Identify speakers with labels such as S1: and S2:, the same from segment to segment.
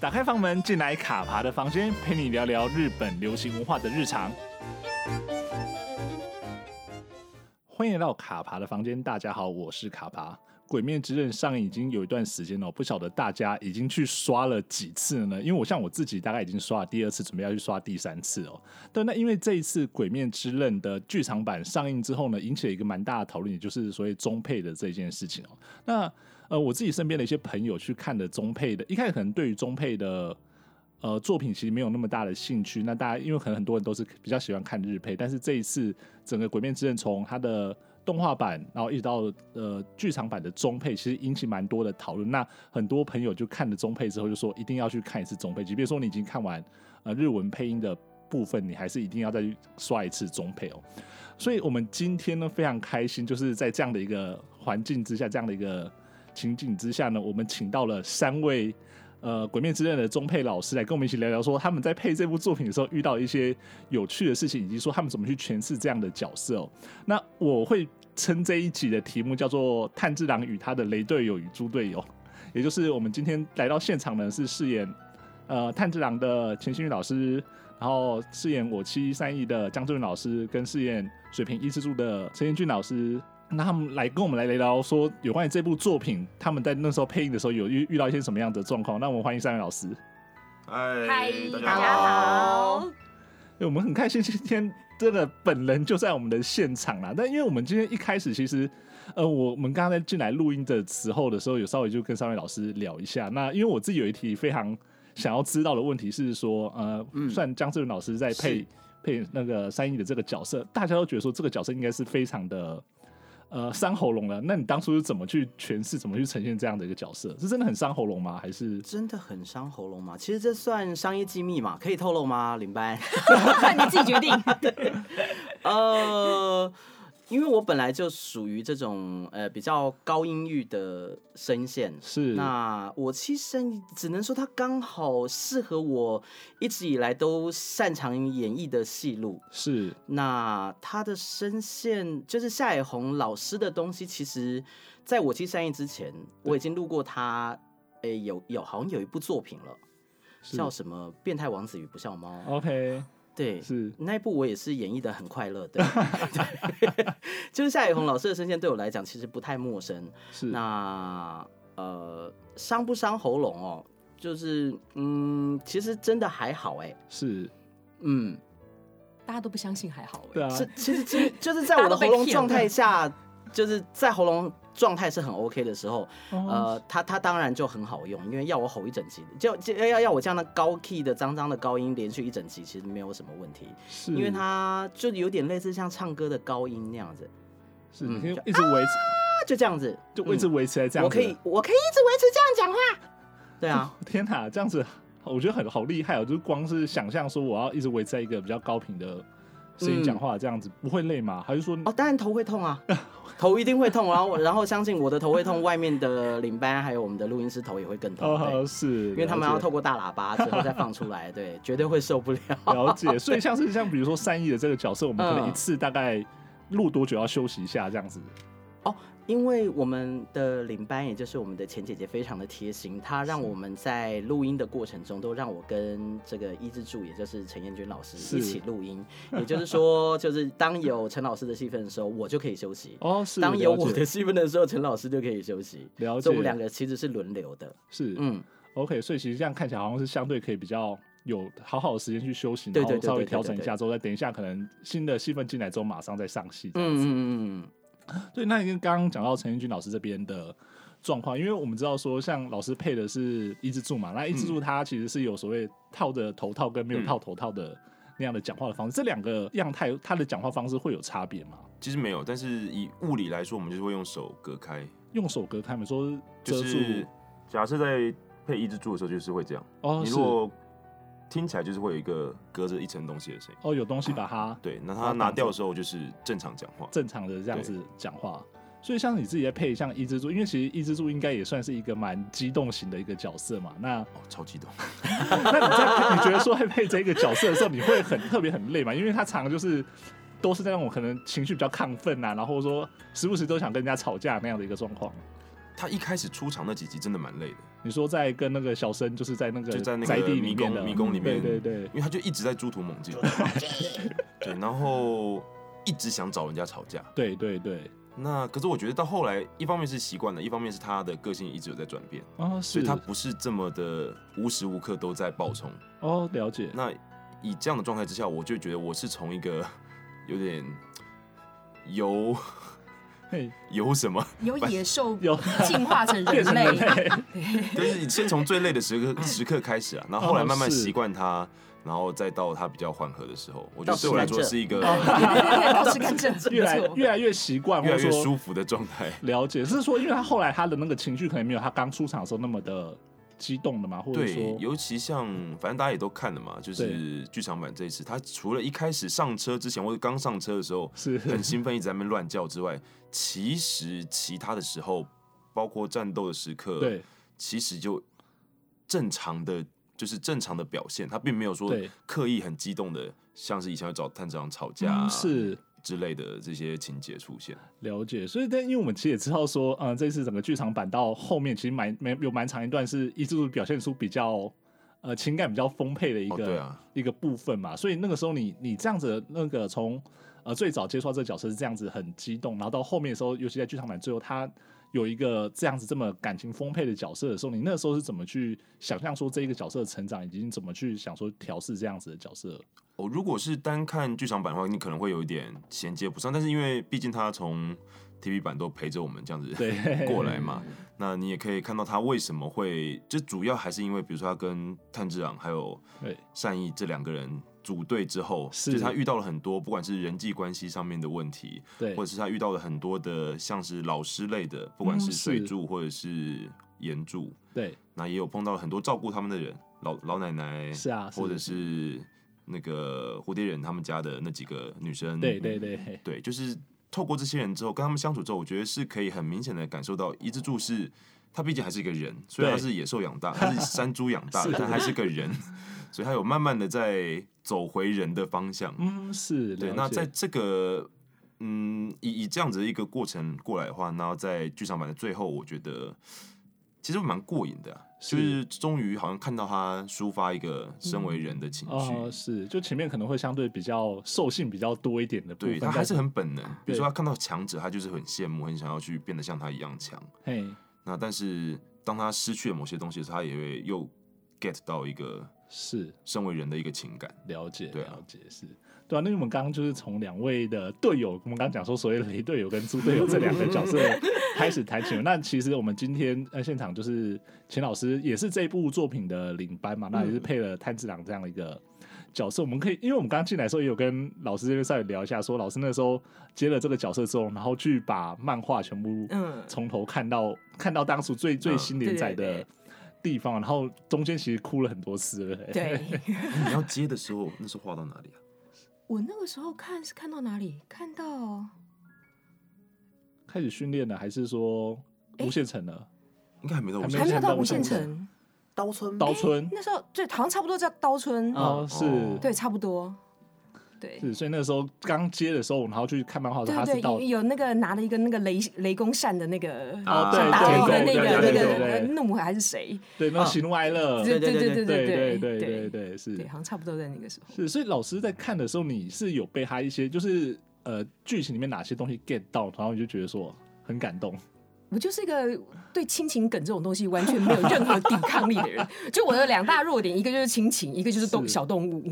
S1: 打开房门，进来卡爬的房间，陪你聊聊日本流行文化的日常。欢迎来到卡爬的房间，大家好，我是卡爬。《鬼面之刃》上映已经有一段时间了，不晓得大家已经去刷了几次了呢？因为我像我自己，大概已经刷了第二次，准备要去刷第三次哦。对，那因为这一次《鬼面之刃》的剧场版上映之后呢，引起了一个蛮大的讨论，也就是所谓中配的这件事情哦。那呃，我自己身边的一些朋友去看的中配的，一开始可能对于中配的呃作品其实没有那么大的兴趣。那大家因为可能很多人都是比较喜欢看日配，但是这一次整个《鬼面之刃》从它的动画版，然后一直到呃剧场版的中配，其实引起蛮多的讨论。那很多朋友就看了中配之后，就说一定要去看一次中配，即便说你已经看完呃日文配音的部分，你还是一定要再去刷一次中配哦。所以我们今天呢非常开心，就是在这样的一个环境之下，这样的一个情景之下呢，我们请到了三位呃《鬼面之刃》的中配老师来跟我们一起聊聊，说他们在配这部作品的时候遇到一些有趣的事情，以及说他们怎么去诠释这样的角色哦。那我会称这一集的题目叫做《炭治郎与他的雷队友与猪队友》，也就是我们今天来到现场呢是饰演呃炭治郎的钱新宇老师，然后饰演我妻三义的江志文老师，跟饰演水平一之助的陈彦俊老师。那他们来跟我们来聊聊，说有关于这部作品，他们在那时候配音的时候有遇遇到一些什么样的状况。那我们欢迎三位老师，
S2: 嗨
S3: 嗨，，
S2: 大
S3: 家
S2: 家
S3: 好。
S2: 好。
S1: 哎对我们很开心今天真的本人就在我们的现场啦。但因为我们今天一开始其实，呃，我我们刚才进来录音的时候的时候，有稍微就跟三位老师聊一下。那因为我自己有一题非常想要知道的问题是说，呃，算江志文老师在配
S3: 嗯是
S1: 配那个三一的这个角色，大家都觉得说这个角色应该是非常的。呃，伤喉咙了。那你当初是怎么去诠释、怎么去呈现这样的一个角色？是真的很伤喉咙吗？还是
S3: 真的很伤喉咙吗？其实这算商业机密嘛，可以透露吗，林班？
S2: 看你自己决定。
S3: 呃，因为我本来就属于这种呃比较高音域的声线，
S1: 是
S3: 那我其实只能说它刚好适合我一直以来都擅长演绎的戏路。
S1: 是
S3: 那他的声线就是夏野红老师的东西，其实在我去上映之前，我已经录过他，诶、有有好像有一部作品了，
S1: 是
S3: 叫什么《变态王子与不笑猫》
S1: OK
S3: 对，
S1: 是
S3: 那一部我也是演绎的很快乐的， 就是夏野红老师的声线对我来讲其实不太陌生。
S1: 是
S3: 那呃，伤不伤喉咙哦？就是嗯，其实真的还好哎、
S1: 是，
S3: 嗯，
S2: 大家都不相信，还好、
S1: 对啊，
S3: 是，其实其实就是在我的喉咙状态下，就是在喉咙状态是很 OK 的时候，
S1: 哦
S3: 呃，它它当然就很好用，因为要我吼一整集，就就要要我这样的高 key 的脏脏的高音连续一整集，其实没有什么问题，
S1: 是
S3: 因为它就有点类似像唱歌的高音那样子，
S1: 是你
S3: 嗯
S1: 可以
S3: 就
S1: 一直维持，
S3: 啊，就这样子，
S1: 就一直维持在这
S3: 嗯
S1: 样
S3: 我
S1: 子
S3: 可
S1: 的。
S3: 以我可以一直维持这样讲话，对啊，
S1: 天哪，这样子我觉得很好厉害哦！就是光是想象说我要一直维持在一个比较高频的声音讲话，这样子、不会累吗？还是说
S3: 嗯哦，当然头会痛啊。头一定会痛，然后然后相信我的头会痛，外面的领班还有我们的录音师头也会更痛。对
S1: 呃是，
S3: 因为他们要
S1: 了解
S3: 透过大喇叭之后再放出来，对，绝对会受不了。
S1: 了解，所以像是像比如说三一的这个角色，我们可能
S3: 嗯
S1: 一次大概录多久要休息一下这样子？
S3: 因为我们的领班，也就是我们的钱姐姐，非常的贴心，她让我们在录音的过程中，都让我跟这个伊之助，也就是陈彦君老师
S1: 是
S3: 一起录音。也就是说，就是当有陈老师的戏份的时候，我就可以休息；
S1: 哦，是
S3: 当有
S1: 了
S3: 我
S1: 解
S3: 的戏份的时候，陈老师就可以休息。
S1: 了解，
S3: 所以我们两个其实是轮流的。
S1: 是
S3: 嗯，
S1: OK，所以其实这样看起来好像是相对可以比较有好好的时间去休息，
S3: 对
S1: 然
S3: 对
S1: 后
S3: 对
S1: 稍微
S3: 对对
S1: 调整一
S3: 对对
S1: 下之后，再等一下可能新的戏份进来之后马上再上戏。
S3: 嗯嗯嗯嗯
S1: 对，那跟刚刚讲到陈彦君老师这边的状况，因为我们知道说像老师配的是一之助嘛，那一
S3: 嗯
S1: 之助他其实是有所谓套着头套跟没有套头套的那样的讲话的方式，这两个样态他的讲话方式会有差别吗？
S2: 其实没有，但是以物理来说，我们就是会用手隔开，
S1: 用手隔开嘛，说
S2: 就
S1: 遮住、
S2: 是假设在配一只柱的时候，就是会这样。
S1: 哦，
S2: 你
S1: 是
S2: 如果听起来就是会有一个隔着一层东西的声音。
S1: 哦有东西把它
S2: 对，那他拿掉的时候就是正常讲话。
S1: 正常的哦这样
S2: 对
S1: 子讲话。所以像你自己在配像伊之助，因为其实伊之助应该也算是一个蛮激动型的一个角色嘛。那
S2: 哦，超激动。
S1: 那你在配你觉得说在配这个角色的时候，你会很特别很累嘛？因为他常常就是都是在那种可能情绪比较亢奋啊，然后说时不时都想跟人家吵架那样的一个状况。
S2: 他一开始出场那几集真的蛮累的，
S1: 你说在跟那个小生，就是在那个
S2: 就在那
S1: 宅
S2: 个
S1: 地里
S2: 迷
S1: 面
S2: 宫
S1: 的
S2: 迷宫里面
S1: 对对对
S2: 因，为他就一直在猪图猛 进，对，然后一直想找人家吵架。
S1: 对对对，
S2: 那可是我觉得到后来，一方面是习惯了，一方面是他的个性一直有在转变，
S1: 哦，
S2: 所
S1: 是
S2: 以他不是这么的无时无刻都在爆冲。
S1: 哦，了解，
S2: 那以这样的状态之下，我就觉得我是从一个有点由
S1: 嘿，
S2: 由什么，
S4: 由野兽
S1: 有
S4: 进化成
S1: 变
S4: 人
S1: 成人
S4: 类，
S1: 类，
S2: 就是先从最累的时刻时刻开始啊，然后后来慢慢
S1: 哦是
S2: 习惯他，然后再到他比较缓和的时候，我觉
S3: 到
S2: 得对我来说
S3: 现在这哦
S2: 是一个
S4: 都是看正
S1: 越来
S4: 错。
S1: 越来越习惯，
S2: 越来
S1: 或
S2: 越
S1: 者说
S2: 舒服的状态。
S1: 了解，是说因为他后来他的那个情绪可能没有他刚出场的时候那么的激动了嘛，或者
S2: 对
S1: 说，
S2: 尤其像反正大家也都看了嘛，就是剧场版这一次，他除了一开始上车之前或者刚上车的时候
S1: 是
S2: 很兴奋，一直在那边乱叫之外，其实其他的时候，包括战斗的时刻，
S1: 对
S2: 其实就正常的，就是正常的表现，他并没有说
S1: 对
S2: 刻意很激动的，像是以前要找探长吵架、啊
S1: 嗯是
S2: 之类的这些情节出现。
S1: 了解，所以但因为我们其实也知道说，嗯、这次整个剧场版到后面其实蛮蛮有蛮长一段是一直表现出比较呃情感比较丰沛的一
S2: 哦，
S1: 个、
S2: 对啊，
S1: 一个部分嘛，所以那个时候你你这样子的那个从呃最早接触到这个角色是这样子很激动，然后到后面的时候，尤其在剧场版最后他有一个这样子这么感情丰沛的角色的时候，你那时候是怎么去想象说这一个角色的成长，以及你怎么去想说调试这样子的角色？
S2: 哦，如果是单看剧场版的话，你可能会有一点衔接不上，但是因为毕竟他从 TV 版都陪着我们这样子
S1: 对
S2: 过来嘛，那你也可以看到他为什么会，就主要还是因为，比如说他跟炭治郎还有
S1: 对，
S2: 善意这两个人组队之后，
S1: 是
S2: 就是他遇到了很多，不管是人际关系上面的问题，
S1: 对
S2: 或者是他遇到了很多的像是老师类的，不管
S1: 嗯
S2: 是水
S1: 是
S2: 柱或者是岩柱，
S1: 对，
S2: 那也有碰到很多照顾他们的人，老老奶奶
S1: 是啊，
S2: 或者是那个蝴蝶忍他们家的那几个女生，
S1: 对对对嘿
S2: 对，就是透过这些人之后，跟他们相处之后，我觉得是可以很明显的感受到伊之助是。他毕竟还是一个人，虽然
S1: 对
S2: 他是野 兽养大，他是山猪养大的，但还是个人， 所以他有慢慢的在走回人的方向。
S1: 嗯是，
S2: 对，
S1: 了
S2: 那
S1: 解
S2: 在这个嗯以以这样子的一个过程过来的话，然后在剧场版的最后，我觉得其实蛮过瘾的啊、
S1: 是
S2: 就是终于好像看到他抒发一个身为人的情绪。
S1: 哦是，就前面可能会相对比较兽性比较多一点的部
S2: 对
S1: 分，
S2: 他还是很本能，比
S1: 对
S2: 如说他看到强者，他就是很羡慕，很想要去变得像他一样强。
S1: 但嘿
S2: 那但是当他失去了某些东西的时候，他也会又 get 到一个
S1: 是。
S2: 身为人的一个情 感。
S1: 了解，
S2: 对啊
S1: 了解是。对啊，那因为我们刚刚就是从两位的队友，我们刚刚讲说所谓雷队友跟猪队友这两个 角色开始谈起了。那其实我们今天呃现场就是秦老师也是这部作品的领班嘛，
S2: 嗯
S1: 那也是配了炭治郎这样的一个角色。我们可以，因为我们刚刚进来的时候也有跟老师这边稍微聊一下说老师那时候接了这个角色之后，然后去把漫画全部
S5: 嗯
S1: 从头看到看到当初最
S4: 嗯
S1: 最新连载
S5: 对对
S1: 的
S5: 对
S1: 地方，然后中间其实哭了很多次，对不对？
S5: 对，
S2: 你要接的时候，那是画到哪里啊？
S4: 我那个时候看是看到哪里？看到
S1: 开始训练了，还是说无限城了？
S2: 应该还没到
S1: 还
S2: 我
S1: 没
S2: 身
S4: 还没
S2: 上
S4: 有到无
S1: 限
S4: 限
S1: 城
S4: 城，
S3: 刀村
S1: 刀村、
S4: 那时候对，好像差不多叫刀村，
S3: 嗯
S1: 哦，是，
S2: 哦
S4: 对，差不多，对。
S1: 是，所以那时候刚接的时候，然后去看漫画的时
S4: 对
S1: 候，他
S4: 对
S1: 是到
S4: 对，有有那个拿了一个那个雷雷公扇的那个，
S1: 哦
S4: 像啊打雷的那
S1: 对
S4: 个
S1: 对
S4: 那
S1: 对对
S4: 个
S1: 对
S4: 呃怒还是谁？
S1: 对那个
S3: 啊
S1: 喜怒哀乐，
S4: 对
S3: 对
S4: 对
S3: 对
S1: 对
S4: 对
S1: 对
S4: 对
S1: 对
S4: 对
S1: 对，是
S4: 对，好像差不多在那个时候。
S1: 是，所以老师在看的时候，你是有被他一些就是呃剧情里面哪些东西 get 到，然后你就觉得说很感动，
S4: 我就是一个对亲情梗这种东西完全没有任何抵抗力的人。就我的两大弱点，一个就是亲情，一个就是动
S1: 是
S4: 小 动物。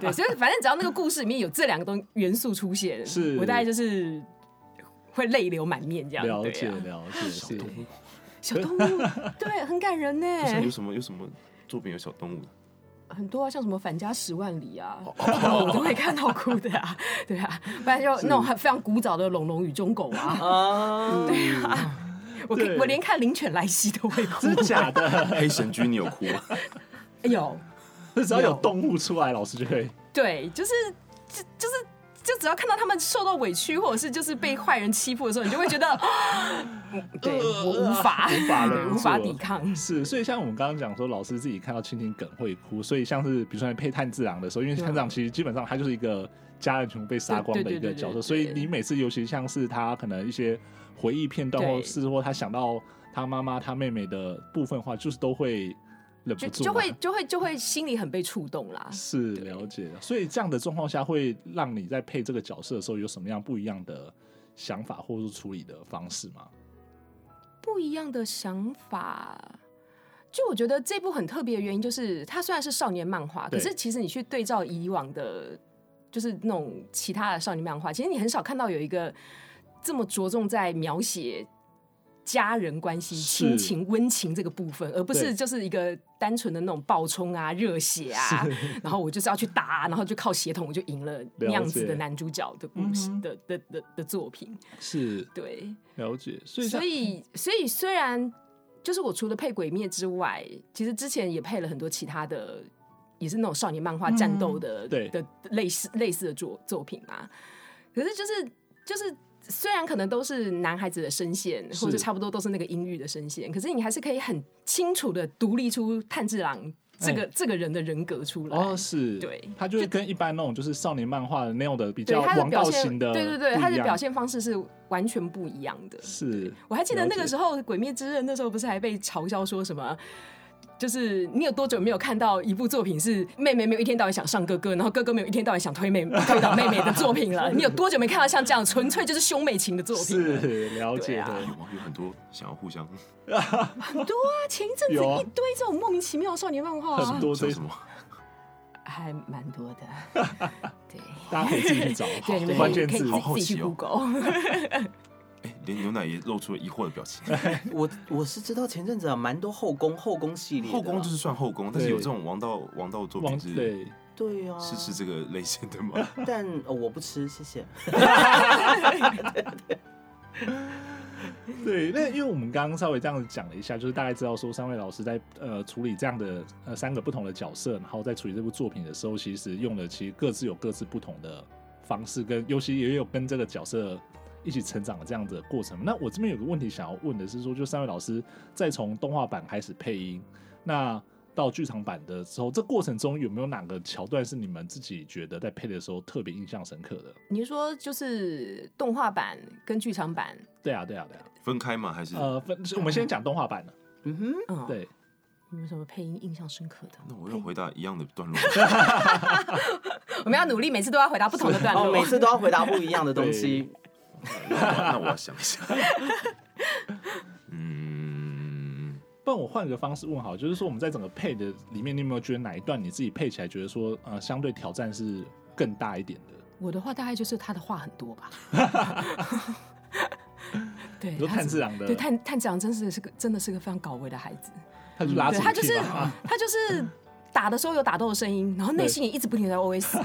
S4: 对，所以反正只要那个故事里面有这两个东元素出现，
S1: 是
S4: 我大概就是会泪流满面这样。
S1: 了
S4: 对
S1: 解
S4: 啊、
S1: 了解，是
S4: 小动物，对，很感人呢。
S1: 哎
S2: 不是有什么有什么作品有小动物的？
S4: 很多啊，像什么返家十万里啊，
S1: 哦
S4: 我都会看到哭的啊，对啊，不然就那种很非常古早的龙龙与忠狗啊，
S3: 啊，
S4: 我可以
S1: 对
S4: 我连看灵犬莱西都会哭哎
S1: 真，的假 的？
S2: 黑神君，你有哭哎吗？
S4: 有
S1: 只要有动物出来，老师就会
S4: 对，就是就就是。就只要看到他们受到委屈，或者是就是被坏人欺负的时候，你就会觉得，嗯 对我无法，
S1: 无法忍
S4: 对
S1: 住
S4: 无法
S1: 了
S4: 抵抗。
S1: 是，所以像我们刚刚讲说，老师自己看到亲情梗会哭，所以像是比如说你配炭治郎的时候，因为
S4: 啊
S1: 炭治郎其实基本上他就是一个家人全部被杀光的一个角色，
S4: 对对对对对
S1: 所以你每次尤其像是他可能一些回忆片段，
S4: 对
S1: 或是说他想到他妈妈、他妹妹的部分的话，就是都会忍
S4: 就
S1: 不住
S4: 就
S1: 嘛
S4: 会就会就会心里很被触动啦。
S1: 是
S4: 对
S1: 了解的。所以这样的状况下，会让你在配这个角色的时候有什么样不一样的想法，或者是处理的方式吗？
S4: 不一样的想法。就我觉得这部很特别的原因，就是它虽然是少年漫画，可
S1: 对
S4: 是其实你去对照以往的，就是那种其他的少年漫画，其实你很少看到有一个这么着重在描写家人关系、
S1: 是
S4: 亲情、温情这个部分，而不
S1: 对
S4: 是就是一个单纯的那种暴冲啊、热血啊， 然后我就是要去打，然后就靠血统我就赢了那样子
S1: 了解
S4: 的男主角的故
S1: 嗯
S4: 事、
S1: 哼
S4: 的的的的作品，
S1: 是
S4: 对。
S1: 了解，所以
S4: 所以，所以虽然就是我除了配《鬼灭》之外，其实之前也配了很多其他的，也是那种少年漫画战斗的、
S1: 嗯对
S4: 的类似类似的作作品嘛。可是就是就是。虽然可能都是男孩子的声线，
S1: 是
S4: 或者差不多都是那个音域的声线，可是你还是可以很清楚的独立出炭治郎这个、这个人的人格出来。
S1: 哎哦是，
S4: 对
S1: 他就会跟一般那种就是少年漫画的那种的比
S4: 对
S1: 较
S4: 他的
S1: 王
S4: 表
S1: 道
S4: 现，
S1: 型的不一
S4: 对
S1: 样，
S4: 对对，他的表现方式是完全不一样的。
S1: 是
S4: 我还记得
S1: 了
S4: 那个
S1: 解
S4: 时候《鬼灭之刃》，那时候不是还被嘲笑说什么？就是你有多久没有看到一部作品是妹妹没有一天到晚想上哥哥，然后哥哥没有一天到晚想 推妹推倒妹妹的作品了？你有多久没看到像这样纯粹就是兄妹情的作品了？
S1: 是了解
S4: 对
S1: 的
S4: 啊
S2: 有吗？有很多想要互相
S4: 很多啊，前一阵子
S1: 有啊
S4: 一堆这种莫名其妙的少年漫画、
S1: 很
S4: 啊，
S1: 多这
S2: 像什么？
S4: 还蛮多 的。对
S1: 大家可以自己去找
S4: 对，你们
S1: 关
S4: 可以
S1: 键
S4: 可以
S1: 字
S4: 自
S2: 好
S4: 己
S2: 好
S4: 自己去
S2: 奇哦
S4: Google。
S2: 哎、连牛奶也露出了疑惑的表 情。
S3: 我我是知道前阵子啊，蛮多后宫后宫系列的
S2: 后
S3: 啦，
S2: 宫就是算后宫，但是有
S1: 啊对
S2: 这种王道王道作
S1: 王
S2: 品是
S1: 对
S3: 对啊，
S2: 是是 这个类型的吗？
S3: 但、哦、我不吃，谢谢。
S1: 对，那因为我们刚刚稍微这样子讲了一下，就是大概知道说三位老师在呃处理这样的呃三个不同的角色，然后在处理这部作品的时候，其实用的其实各自有各自不同的方式跟，尤其也有跟这个角色一起成长的这样子的过程。那我这边有个问题想要问的是说，就三位老师在从动画版开始配音，那到剧场版的时候，这过程中有没有哪个桥段是你们自己觉得在配的时候特别印象深刻的？
S4: 你是说就是动画版跟剧场版，
S1: 对啊，对啊，对啊。
S2: 分开吗？还是、
S1: 呃，分我们先讲动画版的，
S3: 嗯哼，
S4: 嗯，，
S1: 对，
S4: 有没有什么配音印象深刻的？
S2: 那我要回答一样的 段落。
S4: 我们要努力，每次都要回答不同的段
S3: 哦，
S4: 落。
S3: 每次都要回答不一样的东西。
S2: 那我要想一下。 嗯，
S1: 不然我换个方式问好，就是说我们在整个配的里面，你有没有觉得哪一段你自己配起来觉得说呃相对挑战是更大一点的？
S4: 我的话大概就是他的话很 多吧。对，
S1: 你说
S4: 他
S1: 炭
S4: 是
S1: 治郎的，
S4: 对炭炭治郎真是是个真的是个非常搞味的孩子，
S1: 他就拉
S4: 嗯对
S1: 扯
S4: 他就是
S1: 嘛， 啊
S4: 他就是打的时候有打斗的声音，然后内心也一直不停地在 OS。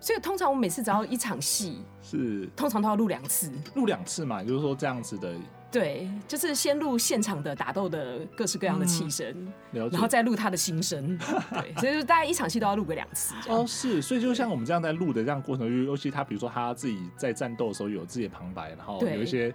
S4: 所以通常我每次只要一场戏，
S1: 是
S4: 通常都要录两次。
S1: 录两次嘛，也就是说这样子的
S4: 对，就是先录现场的打斗的各式各样的气声，
S1: 嗯了解，
S4: 然后再录他的心声。对，所以就大概一场戏都要录个两次这样。
S1: 哦是，所以就像我们这样在录的这样过程中，尤其他比如说他自己在战斗的时候有自己的旁白，然后
S4: 对
S1: 有一些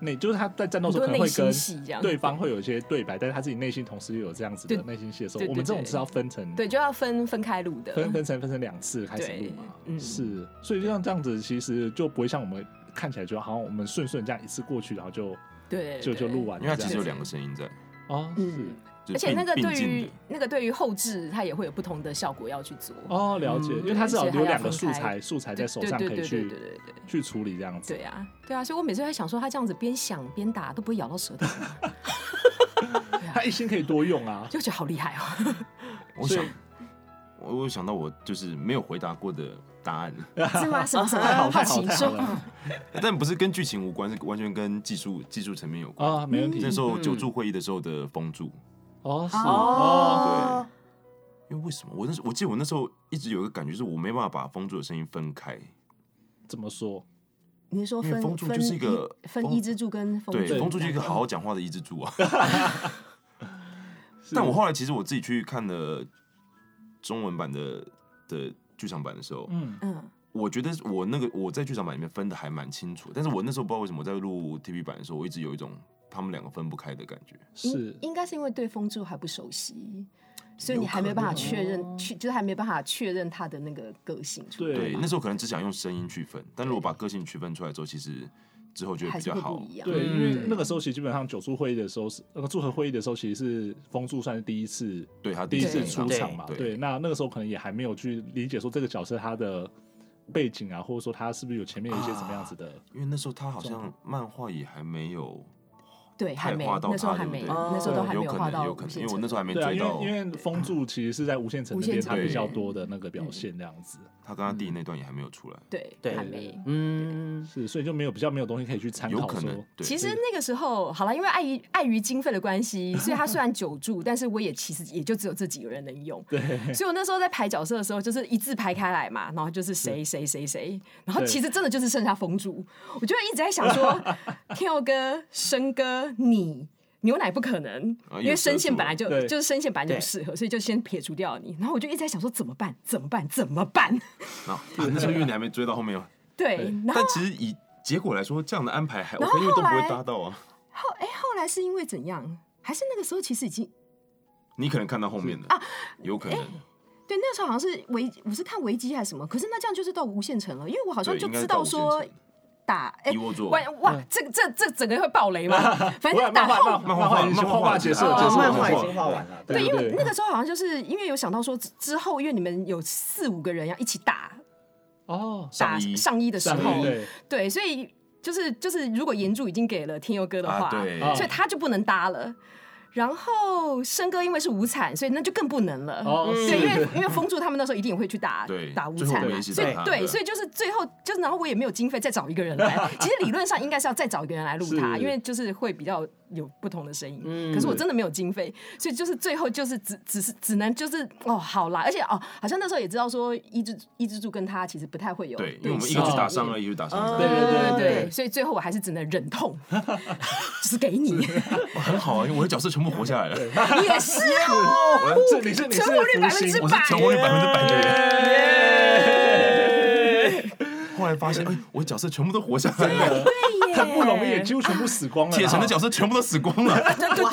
S1: 那就是他在战斗的时候
S4: 很
S1: 可
S4: 多
S1: 能会
S4: 内心
S1: 跟
S4: 戏这样。
S1: 对方会有一些对白，但是他自己内心同时又有这样子的
S4: 对
S1: 内心戏的时候，
S4: 对对
S1: 我们这种
S4: 对
S1: 是要分成
S4: 对，就要分分开录的。
S1: 分分成分成两次开始录嘛，
S4: 对嗯
S1: 是，所以就像这样子，其实就不会像我们看起来就好像我们顺顺这样一次过去，然后就
S4: 对，
S1: 就
S4: 对
S1: 就录。完
S2: 因为
S1: 了
S2: 它其
S1: 这
S2: 实有
S1: 样
S2: 两个声音在，
S1: 哦，是
S4: 嗯，
S2: 就
S4: 而且
S2: 并
S4: 那个
S2: 并
S4: 对
S2: 进
S4: 于
S2: 的
S4: 那个对于后置，它也会有不同的效果要去做。
S1: 哦，了解，
S3: 嗯
S1: 因为它至少
S4: 对而且
S1: 有
S4: 还要
S1: 两个
S4: 分
S1: 素
S4: 开
S1: 材，素材在
S4: 对
S1: 手
S4: 对
S1: 上
S4: 对
S1: 可以
S4: 对
S1: 去
S4: 对对对对
S1: 去处理这样子
S4: 对。啊，对啊，所以我每次在想说，他这样子边想边打都不会咬到舌头，
S1: 它一心可以多用啊，
S4: 就觉得好厉害哦。
S2: 我
S1: 所
S2: 想
S1: 以，
S2: 我我想到我就是没有回答过的答 案，
S4: 是 吗？什么什么？
S1: 太好
S4: 好
S1: 太好
S4: 奇
S1: 太好
S4: 说，
S1: 了
S2: 但不是跟剧情无关，是完全跟技术技术层面有关。
S1: 啊，没问题
S2: 那时候
S3: 嗯
S2: 九柱会议的时候的封住，
S1: 哦是哦，
S3: 哦，
S2: 因为为什么？我那时我记得我那时候一直有一个感觉，是我没办法把封住的声音分开。
S1: 怎么说？
S4: 你是说
S2: 因为
S4: 分
S2: 风柱
S4: 分
S2: 就是一个
S4: 分
S2: 风
S4: 一支柱跟风
S2: 对，
S4: 柱，
S2: 封住就是一个好好讲话的一只猪 啊。
S1: 是
S2: 但我后来其实我自己去看了中文版的的剧场版的时候，
S1: 嗯
S4: 嗯
S2: 我觉得我那个我在剧场版里面分的还蛮清楚，但是我那时候不知道为什么我在录 TV 版的时候，我一直有一种他们两个分不开的感觉。
S1: 是
S4: 应该是因为对风柱还不熟悉，所以
S2: 有
S4: 你还
S2: 可
S4: 没办法
S2: 能哦
S4: 确认，确就是还没办法确认他的那个个性出来。
S1: 对
S2: 对，那时候可能只想用声音区分，但如果把个性区分出来之后，其实之后就会
S4: 还
S2: 比
S4: 是
S2: 较
S4: 会
S2: 好
S4: 不。一样。
S1: 对，因为
S4: 嗯
S1: 那个时候其实基本上九柱会议的时候是那个祝贺会议的时候，其实是风柱算是第一次
S2: 对他
S1: 第一次
S4: 对
S1: 出场嘛，
S2: 对
S1: 对，那那个时候可能也还没有去理解说这个角色他的背景啊，或者说他是不是有前面有一些什么样子的，
S2: 因为那时候他好像漫画也还没有
S4: 对，还
S2: 太
S4: 没
S2: 画到
S4: 那时候
S2: 他，
S4: 还
S2: 对不
S4: 没，
S2: 对？嗯
S4: 那时候都还没
S2: 有可
S4: 画
S2: 能，
S4: 到
S2: 有
S4: 无
S2: 可能，因
S4: 限
S2: 为我
S4: 城
S2: 那时候还没
S1: 对啊，
S2: 追
S1: 因
S2: 到
S1: 为因为风柱其实是在无限城
S4: 无
S1: 那
S4: 限
S1: 边
S4: 城
S1: 他比
S2: 对
S1: 较多的那个表现这样子，
S2: 他跟他弟那段也还没有出来，
S4: 对
S3: 对
S4: 还
S3: 对
S4: 没。
S3: 嗯，
S1: 是，所以就没有比较没有东西可以去参
S2: 有
S1: 考
S2: 可
S1: 说，
S2: 能。对，
S4: 其实那个时候，好了，因为碍于碍于经费的关系，所以他虽然久住，但是我也其实也就只有这几个人能用。对，所以我那时候在排角色的时候，就是一字排开来嘛，然后就是谁谁谁谁，然后
S1: 对
S4: 其实真的就是剩下风柱，我就一直在想说，Q 哥、生哥、你。牛奶不可能，
S2: 啊
S4: 因为
S2: 有
S4: 声
S2: 色
S4: 线
S2: 素
S4: 本来就
S1: 对
S4: 就是声线本来就不
S3: 对
S4: 适合，所以就先撇除掉你。然后我就一直在想说怎么办？怎么办？怎么办？
S2: 然后啊那 时候因为你还没追到后面嘛，
S4: 对，然后
S2: 但其实以结果来说，这样的安排还
S4: 然后
S2: OK，因为都不
S4: 后
S2: 会
S4: 来
S2: 搭到啊。
S4: 后哎、后来是因为怎样？还是那个时候其实已经
S2: 你可能看到后面的啊，有可能。
S4: 哎对，那时候好像是维，我是看维基还是什么，可是那这样就是到无限城了，因为我好像
S2: 对，
S4: 就
S2: 应该
S4: 知
S2: 是到
S4: 道
S2: 无限
S4: 说
S2: 城
S4: 打哎
S2: 一，窝，E 座，
S4: 哇哇，这这这整个会爆雷嘛，反正打
S1: 漫画
S4: 后
S1: 漫画漫画已经
S2: 漫画
S1: 画画结束了，
S4: 哦
S1: 结束了
S3: 漫画已经画完了，
S1: 对
S4: 因
S1: 对
S4: 为那个时候好像就是因为有想到说之之后，因为你们有四五个人要一起打
S1: 哦，
S4: 打
S2: 上衣
S4: 上衣的时
S1: 上
S4: 候
S1: 面，对
S4: 对，所以就是就是如果岩柱已经给了天佑哥的话，
S2: 啊，对，
S1: 啊
S4: 所以他就不能搭了。然后生哥因为是无产，所以那就更不能了。
S1: 哦，
S4: 对，嗯因
S1: 是
S4: 为因为风柱他们那时候一定也会去打
S2: 对
S4: 打无
S2: 最后
S4: 产
S2: 我们
S4: 嘛，
S2: 也是
S4: 所以
S2: 打他
S4: 对，
S2: 啊对
S4: 所以就是最后就是，然后我也没有经费再找一个人 来。其实理论上应该是要再找一个人来录他，
S1: 是
S4: 因为就是会比较有不同的声音。
S3: 嗯
S4: 可是我真的没有经费，所以就是最后就是只只是只能就是哦好啦，而且哦好像那时候也知道说伊之伊之助跟他其实不太会有
S2: 对，因为我们一
S4: 戏
S2: 个去打上
S4: 上面
S2: 二，一个去打上三，
S1: 对对对
S4: 对，所以最后我还是只能忍 痛，就是给你，哦
S2: 哇很好啊，因为我的角色全部活下来了，
S4: 你也是哦，
S1: 我这你是你是
S4: 成功率
S1: 福
S4: 百分
S1: 星
S4: 之
S2: 我是成功率百分之百的人。
S1: 耶
S2: 后来 发现，哎，我的角色全部都活下来了，
S4: 对耶，
S1: 很不容易，也几乎全部死光了。
S2: 铁城的
S1: 角
S2: 角色全部都死光 了，对对对，对，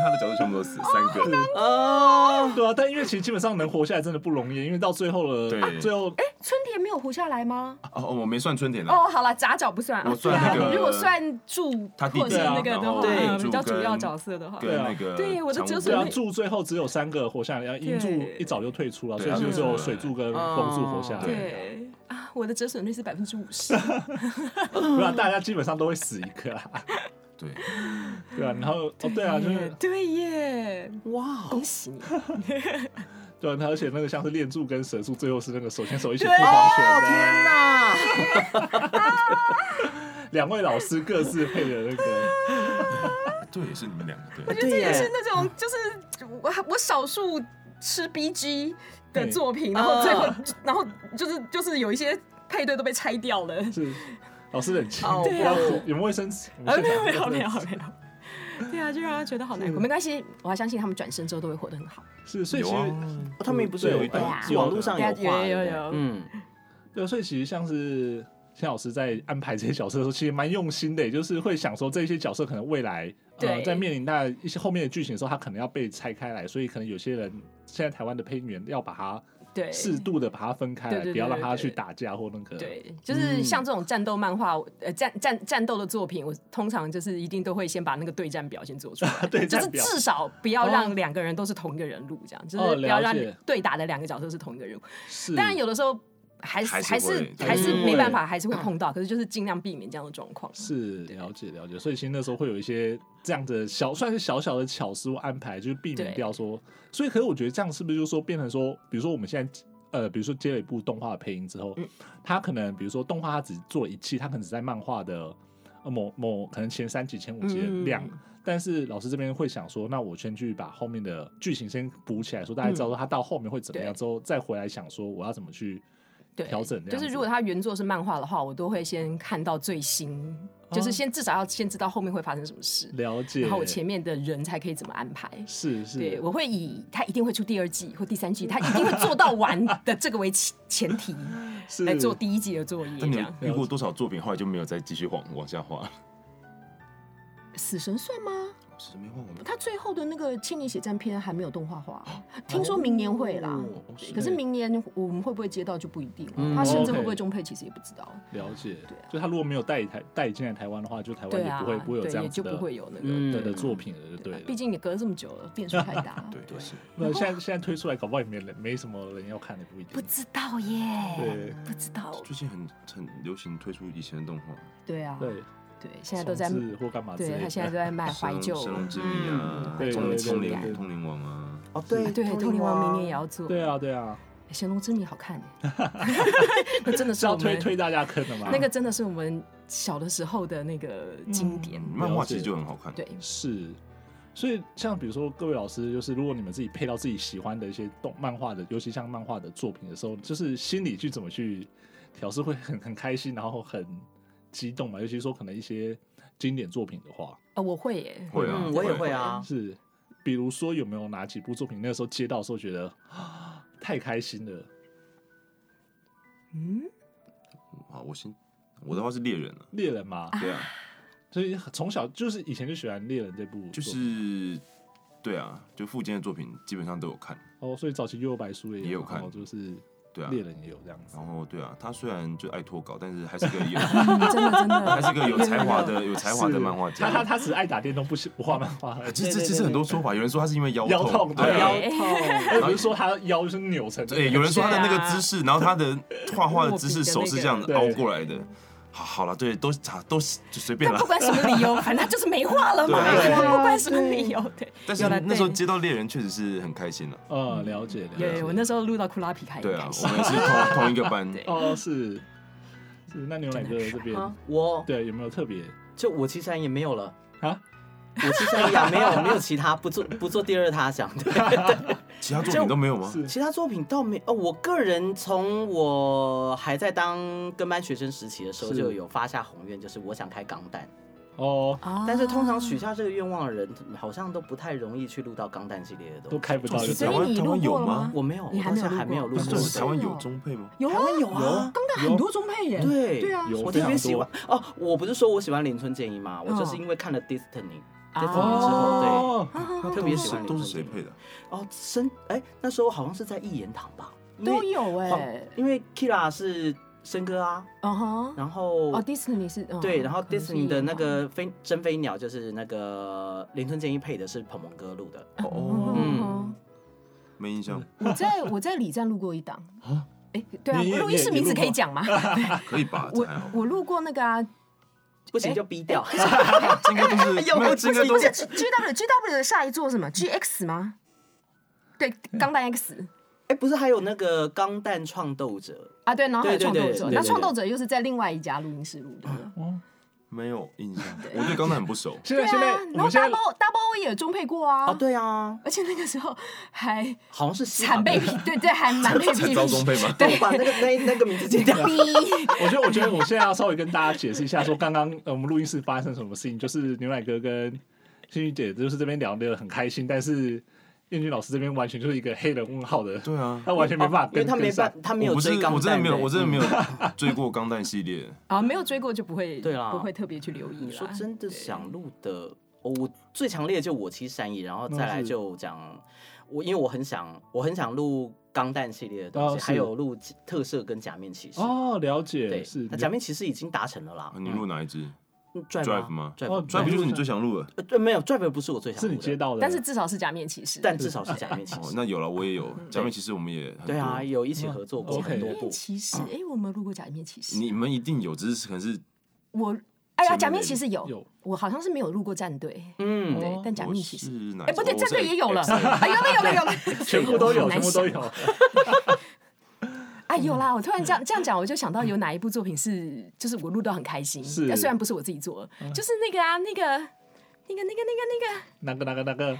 S2: 他的角色全部都死，三个，
S3: 哦，
S1: 对啊，但因为其实基本上能活下来真的不容易，因为到最后了，啊
S2: 对
S1: 最后
S3: 哎
S4: 春田没有活下来吗？
S2: 哦，我没算春田的，
S4: 哦，好了，杂角不算，
S2: 我
S4: 啊
S2: 算
S4: 对啊
S2: 那个
S4: 如果算柱
S2: 他弟弟啊
S4: 或者是那个
S2: 然
S4: 的
S2: 后
S4: 话，
S3: 对
S4: 嗯
S2: 柱
S4: 比较主
S2: 跟
S4: 要角色的话，
S2: 跟那个
S4: 对我的
S2: 长
S4: 角
S2: 屋
S4: 色
S1: 对啊，
S4: 那
S1: 柱最后只有三个活下来，然后银柱一早就退出了，所
S2: 对
S1: 以
S2: 啊
S1: 就只有
S2: 对
S1: 水柱跟
S3: 哦
S1: 风柱活下来。
S2: 对
S4: 对啊，我的折损率是百分之五十，
S3: 嗯
S1: 对啊，大家基本上都会死一个啦。
S2: 对，
S1: 对啊，然 后哦对啊，就是
S4: 对耶，
S3: 哇，
S4: 恭喜你，
S1: 对啊，而且那个像是练柱跟蛇柱，最后是那个手牵手一起护
S4: 对
S1: 黄泉的啊，
S3: 哦天哪，
S1: 两位老师各自配的那个。
S2: 对，也是你们两个，对，
S4: 我觉得这
S3: 对
S4: 也
S3: 耶
S4: 是那种就是我我少数吃 BG 的
S1: 对
S4: 作品，然后最后
S3: 啊
S4: 然后就是就是有一些配对都被拆掉了，
S1: 是老师冷静，
S3: 哦
S1: 不要
S3: 对啊
S1: 哭，有没有卫生纸？我
S4: 啊，
S1: 们
S4: 没
S1: 现
S4: 有
S1: 场
S4: 没有没有
S1: 卫生纸
S4: 没有，对啊，就让他觉得好难过。没关系，我还相信他们转身之后都会活得很好。
S1: 是，所以
S2: 有
S1: 其
S2: 啊
S1: 实，
S3: 他们不是有一段
S4: 对啊
S3: 网络上有
S4: 对啊
S3: 画，
S4: 有有
S3: 对不对
S4: 有
S3: 嗯，
S1: 对，啊所以其实像是谢老师在安排这些角色的时候，其实蛮用心的，也就是会想说这些角色可能未来呃
S4: 对
S1: 在面临到一些后面的剧情的时候，他可能要被拆开来，所以可能有些人现在台湾的配音员要把它
S4: 对，
S1: 适度的把它分开
S4: 对
S1: 来，
S4: 对
S1: 不要
S4: 对
S1: 让他
S4: 对
S1: 去打架或那个。
S4: 对，
S1: 嗯
S4: 就是像这种战斗漫画，呃，战战战斗的作品，我通常就是一定都会先把那个对战表先做出来，
S1: 对
S4: 就
S1: 战
S4: 是
S1: 表
S4: 至少不要
S2: 哦
S4: 让两个人都是同一个人录，这样就是
S1: 哦
S4: 不要
S1: 了
S4: 让
S1: 解
S4: 对打的两个角色是同一个人物。
S1: 是，
S4: 当然有的时候还是
S2: 还是
S4: 还是
S2: 会对
S4: 还是
S1: 嗯
S4: 没办法，还是会碰到，可是就是尽量避免这样的状况。
S1: 是了解了解，所以其实那时候会有一些这样的小，算是小小的巧思或安排，就是避免
S4: 对
S1: 掉说。所以，可是我觉得这样是不是就是说变成说，比如说我们现在呃，比如说接了一部动画的配音之
S4: 嗯
S1: 后，他可能比如说动画他只做了一期，他可能只在漫画的、呃、某某可能前三集、前五集的
S4: 嗯嗯嗯
S1: 量。但是老师这边会想说，那我先去把后面的剧情先补起来，说大家知道说他到后面会怎么样，
S4: 嗯对
S1: 之后再回来想说我要怎么去
S4: 对，
S1: 调整这
S4: 就
S1: 样
S4: 是
S1: 子
S4: 如果它原作是漫画的话，我都会先看到最新，就是先至少要先知道后面会发生什么事，
S1: 哦了解。
S4: 然后我前面的人才可以怎么安排。
S1: 是是，
S4: 对，我会以他一定会出第二季或第三季，他一定会做到完的这个为前前提
S1: 是
S4: 来做第一季的作业。
S2: 但你们
S4: 这样，
S2: 遇过多少作品，后来就没有再继续往往下画了？
S4: 死神算吗？
S2: 是没换过吗？
S4: 他最后的那个《青年血战篇》还没有动画化，哦
S1: 哦
S4: 听说明年会啦。
S2: 哦哦。
S4: 可是明年我们会不会接到就不一定了
S3: 嗯，
S4: 他甚至
S1: OK
S4: 会不会中配其实也不知道。
S1: 了解，
S4: 对啊
S1: 就他如果没有带台带进来台湾的话，就台湾
S4: 对
S1: 也
S4: 啊，
S1: 不会、不会有这
S4: 对，
S1: 样
S4: 也
S1: 子
S4: 就
S1: 的
S4: 不会有那个。
S1: 的
S3: 嗯
S1: 的作品了，就对
S4: 啊
S1: 了。
S4: 毕竟也隔了这么久了，变数太大
S2: 对，也是。
S1: 那现在现在推出来，搞不好也没人没什么人要看，也不一定。
S4: 不知道耶
S1: 对，
S4: 不知道。
S2: 最近很很流行推出以前的动画，
S4: 对啊，
S1: 对，
S4: 对，现在都在
S1: 重，置或干嘛之类
S4: 对
S1: 的。
S4: 他现在都在卖怀旧
S2: 神。神龙之谜啊，
S1: 嗯
S2: 通
S1: 对
S2: 通
S1: 对对
S2: 灵
S1: 对
S2: 通灵王啊，
S3: 哦，对
S4: 对，《通灵王》明年也
S3: 要。
S4: 要做。
S1: 对啊，对啊，
S4: 哎，《神龙之谜》好看 欸，那真的
S1: 是
S4: 是
S1: 要
S4: 我
S1: 推
S4: 们
S1: 推大家坑的吗？
S4: 那个真的是我们小的时候的那个经典。
S1: 嗯
S2: 漫画其实就很好看。
S4: 对，
S1: 是，所以像比如说各位老师，就是如果你们自己配到自己喜欢的一些动漫画的，尤其像漫画的作品的时候，就是心里去怎么去调试，会很很开心，然后很激动嘛。尤其说可能一些经典作品的话，
S4: 呃，我会耶，
S2: 会啊，
S3: 嗯，我也会啊。
S1: 是，比如说有没有哪几部作品，那个时候接到的时候觉得啊太开心了，
S4: 嗯，
S2: 好，我先，我的话是猎人啊，
S1: 猎人嘛，
S2: 对啊，
S1: 所以从小就是以前就喜欢猎人这部作品，
S2: 就是对啊，就附件的作品基本上都有看，
S1: 哦，所以早期幽游白书也
S2: 也有
S1: 然后
S2: 看
S1: 就是
S2: 对啊。
S1: 猎人也有这样子，
S2: 然后对啊，他虽然就爱脱稿，但是还是个有，
S4: 真的真
S2: 还
S4: 的，
S2: 是个有才华
S4: 真
S2: 的有才华的漫画
S1: 他他
S2: 家。
S1: 他只是爱打电动，不喜不画漫 画而已。
S2: 这这其实很多说法，有人说他是因为腰
S1: 腰痛
S2: 对啊，
S4: 对
S3: 腰痛，
S1: 而不是说他腰是扭成这
S2: 对，
S1: 样
S2: 有人说他的那
S4: 对
S2: 个
S4: 啊
S2: 姿势，然后他的画画的姿势，
S4: 握笔的
S2: 手是这样
S4: 那
S1: 个
S2: 凹过来的。好，好了，对，都啊都是就随便了
S4: 但不。管什么理由，反正他就是没话了嘛，
S2: 对
S1: 对
S4: 不管什么理由，对。
S2: 但是
S4: 有啦
S2: 那时候
S4: 对
S2: 接到猎人确实是很开心了。
S1: 嗯，了解了
S4: 有
S1: 解
S4: 有，我那时候录到库拉皮卡
S2: 对
S4: 也
S2: 啊
S4: 感，谢
S2: 我。们也是同同一个班。
S4: 哎对
S1: 哦，是是。那牛奶哥这边，
S4: 啊
S3: 我
S1: 对有没有特别
S3: 就我其实也没有了。
S1: 啊？
S3: 我其实也啊没 有没有其他不做不做第二他 想对，
S2: 其他作品都没有吗？
S1: 是
S3: 其他作品倒没哦。我个人从我还在当跟班学生时期的时候
S1: 是
S3: 就有发下宏愿，就是我想开钢弹。
S1: 哦，
S4: 啊
S3: 但是通常许下这个愿望的人，好像都不太容易去录到钢弹系列的
S1: 都
S3: 东西。
S1: 开不到就对
S4: 所
S2: 台
S1: 了，
S4: 以
S2: 湾
S4: 你
S2: 台
S4: 录
S2: 湾有
S4: 过了
S2: 吗
S4: 吗？
S3: 我没有，
S4: 你
S3: 我
S4: 还
S3: 到
S4: 没
S3: 现
S4: 有
S3: 在还没有
S4: 录过
S3: 录
S2: 不
S3: 过
S2: 是就
S4: 我
S2: 是
S4: 知
S2: 台
S4: 道
S2: 湾有中配吗？
S4: 有啊
S3: 台湾有啊
S4: 钢弹很多中配耶。
S3: 对
S4: 对啊，
S1: 有
S3: 我
S1: 非
S3: 特
S1: 常
S3: 别喜
S1: 多
S3: 欢哦，我不是说我喜欢林村健一吗？我就是
S4: 嗯
S3: 因为看了 Destiny，
S4: 啊
S3: Destiny 之后，对，
S1: 哦，
S4: 啊
S3: 特别喜欢
S2: 都是谁配的？
S3: 哦，生哎，那时候好像是在一言堂吧，因
S4: 都
S3: 为
S4: 有
S3: 黄
S4: 哎。
S3: 因为 Kira 是森哥啊，
S4: 嗯哼，
S3: 然后、
S4: 哦，Disney 是嗯
S3: 对，然后
S4: 可能
S3: Disney
S4: 是哦
S3: 的那个飞真飞鸟就是那个林村健一配的是彭蒙哥录的，
S2: 哦，
S4: 嗯，
S2: 没印象，
S4: 我在 我在里站录过一档
S2: 啊
S4: 哎，对啊，
S1: 你也
S4: 录音室名字可以讲吗？
S2: 可以吧？这
S4: 我
S2: 还好，
S4: 我录过那个啊
S3: 不行就逼掉。
S2: 这应该都 是
S3: 又
S2: 没有，这应该都
S3: 不是
S2: 是
S3: 一
S4: ，G G W G W 的下一座是什么？G X 吗？对，钢弹 X
S3: 哎，不是还有那个钢弹创斗者，
S4: 啊，对，然后还有
S3: 对
S4: 创
S3: 对
S4: 斗
S3: 对
S4: 者，
S3: 对对
S4: 那
S3: 对
S4: 创斗者又是在另外一家录音室录的。
S2: 没有印象。我对钢弹很不熟，
S1: 现
S4: 对
S1: 在现在
S4: 啊，
S1: 我
S4: 然后
S1: 们现在
S4: Double Double 也中配过啊
S3: 哦，，对啊，
S4: 而且那个时候还
S3: 好像是西
S4: 惨 被批，对对，还蛮被 批
S2: 才招中
S4: 评。
S2: 配吗？
S3: 对，把那个那那个名字剪掉。
S4: 逼
S1: 我觉得，我觉得我现在要稍微跟大家解释一下，说刚刚呃我们录音室发生什么事情，就是牛奶哥跟欣宇姐就是这边聊的很开心，但是燕君老师这边完全就是一个黑人问号的，
S2: 对啊，
S1: 他完全没办法
S4: 哦
S3: 因为
S1: 跟
S3: 他
S1: 跟
S3: 没
S1: 上
S3: 办，。他没
S2: 我
S3: 有
S2: 不是
S3: 追钢弹，
S2: 我真的没有，
S3: 对
S2: 我真的没有追过钢弹系列。
S4: 啊，没有追过就不会，
S3: 对啦
S4: 不会特别去留意
S3: 你
S4: 了。
S3: 说真的想录的，哦我最强烈的就我妻善意，然后再来就讲我，因为我很想，我很想录钢弹系列的东西，
S1: 哦是
S3: 还有录特摄跟假面骑士。
S1: 哦，了解，
S3: 对
S1: 是，
S3: 那假面骑士已经达成了啦。
S2: 啊哦你录哪一支？
S3: 嗯 Drive
S2: Drive 吗
S3: 吗
S1: 哦
S2: 这
S3: ？Drive
S2: 不就是你最想录的？
S3: 呃对，没有 Drive 不是我最想
S1: 是
S3: 录的，
S1: 你接到的，
S4: 但是至少是假面骑士。
S3: 但至少是假面骑
S2: 哦，
S3: 士。
S2: 那有了，我也有。假面骑士我们也很多
S3: 对啊，有一起合作过
S1: 嗯
S3: 很多
S4: 假面
S3: 部。
S4: 骑士，哎，我们录过假面骑士，
S2: 你们一定有，只是可能是
S4: 我哎
S2: 前
S4: 呀，
S2: 面
S4: 假面
S2: 的
S4: 骑士有
S1: 有，
S4: 我好像是没有录过战队，
S3: 嗯，
S4: 对
S1: 哦，
S4: 但假
S2: 我
S4: 面骑
S2: 是
S4: 士。
S2: 哪一
S4: 哎，
S2: 支？
S4: 不对，
S2: 我
S4: 战队
S2: 是
S4: 也有了，
S2: X
S4: 哎，有了有了有了，
S1: 全部都有，
S4: 好难
S1: 全部都
S4: 想
S1: 有。
S4: 啊，有啦！我突然这样这样讲，我就想到有哪一部作品是，就是我录到很开心，
S1: 是
S4: 但虽然不是我自己做，就是那个啊，那个那个那个那个
S1: 那
S4: 那个
S1: 个那个那个，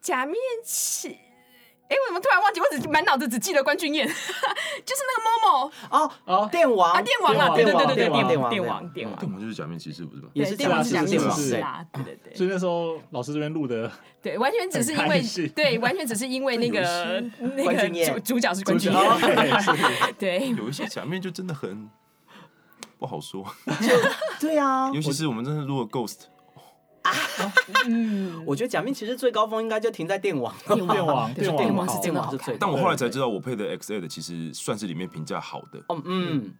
S4: 假面骑，哎、我怎么突然忘记？我只满脑子只记得关俊彦， 就是那个 Momo
S3: 哦
S1: 哦
S3: 电王
S4: 啊，电王啦，对
S1: 电
S4: 对
S1: 王
S4: 对对对，
S1: 电王
S4: 电
S3: 电王
S4: 电
S3: 电
S4: 王
S3: 王
S4: 电
S2: 电
S4: 王，
S2: 王就是假面骑士不是吗？
S3: 也是
S4: 对，电王
S1: 是
S4: 是假面
S1: 是
S4: 骑
S1: 是
S4: 士
S1: 是
S4: 啦，对对
S1: 所
S4: 对
S1: 以那时候老师这边录的，
S4: 对，完全只是因
S1: 很开
S4: 为
S1: 心
S4: 对，完全只是因为那个那
S3: 关
S4: 个
S3: 俊彦
S4: 主主角是关
S1: 就
S4: 俊
S1: 是
S4: 彦，
S1: OK，是
S4: 对，
S2: 有一些假面就真的很不好说，
S3: 对啊 啊
S2: 尤，其是我们真的录了 Ghost，
S4: 嗯，
S3: 我觉得假面骑士最高峰应该就停在电网，
S1: 电王
S4: 对
S1: 电王
S4: 电王
S1: 好
S4: 是真
S3: 电
S4: 的
S3: 网
S4: 好
S3: 是
S4: 看
S3: 最。
S2: 但我
S3: 高峰。
S2: 后来才知道，我配的 X A 的其实算是里面评价好的。
S3: 哦，嗯，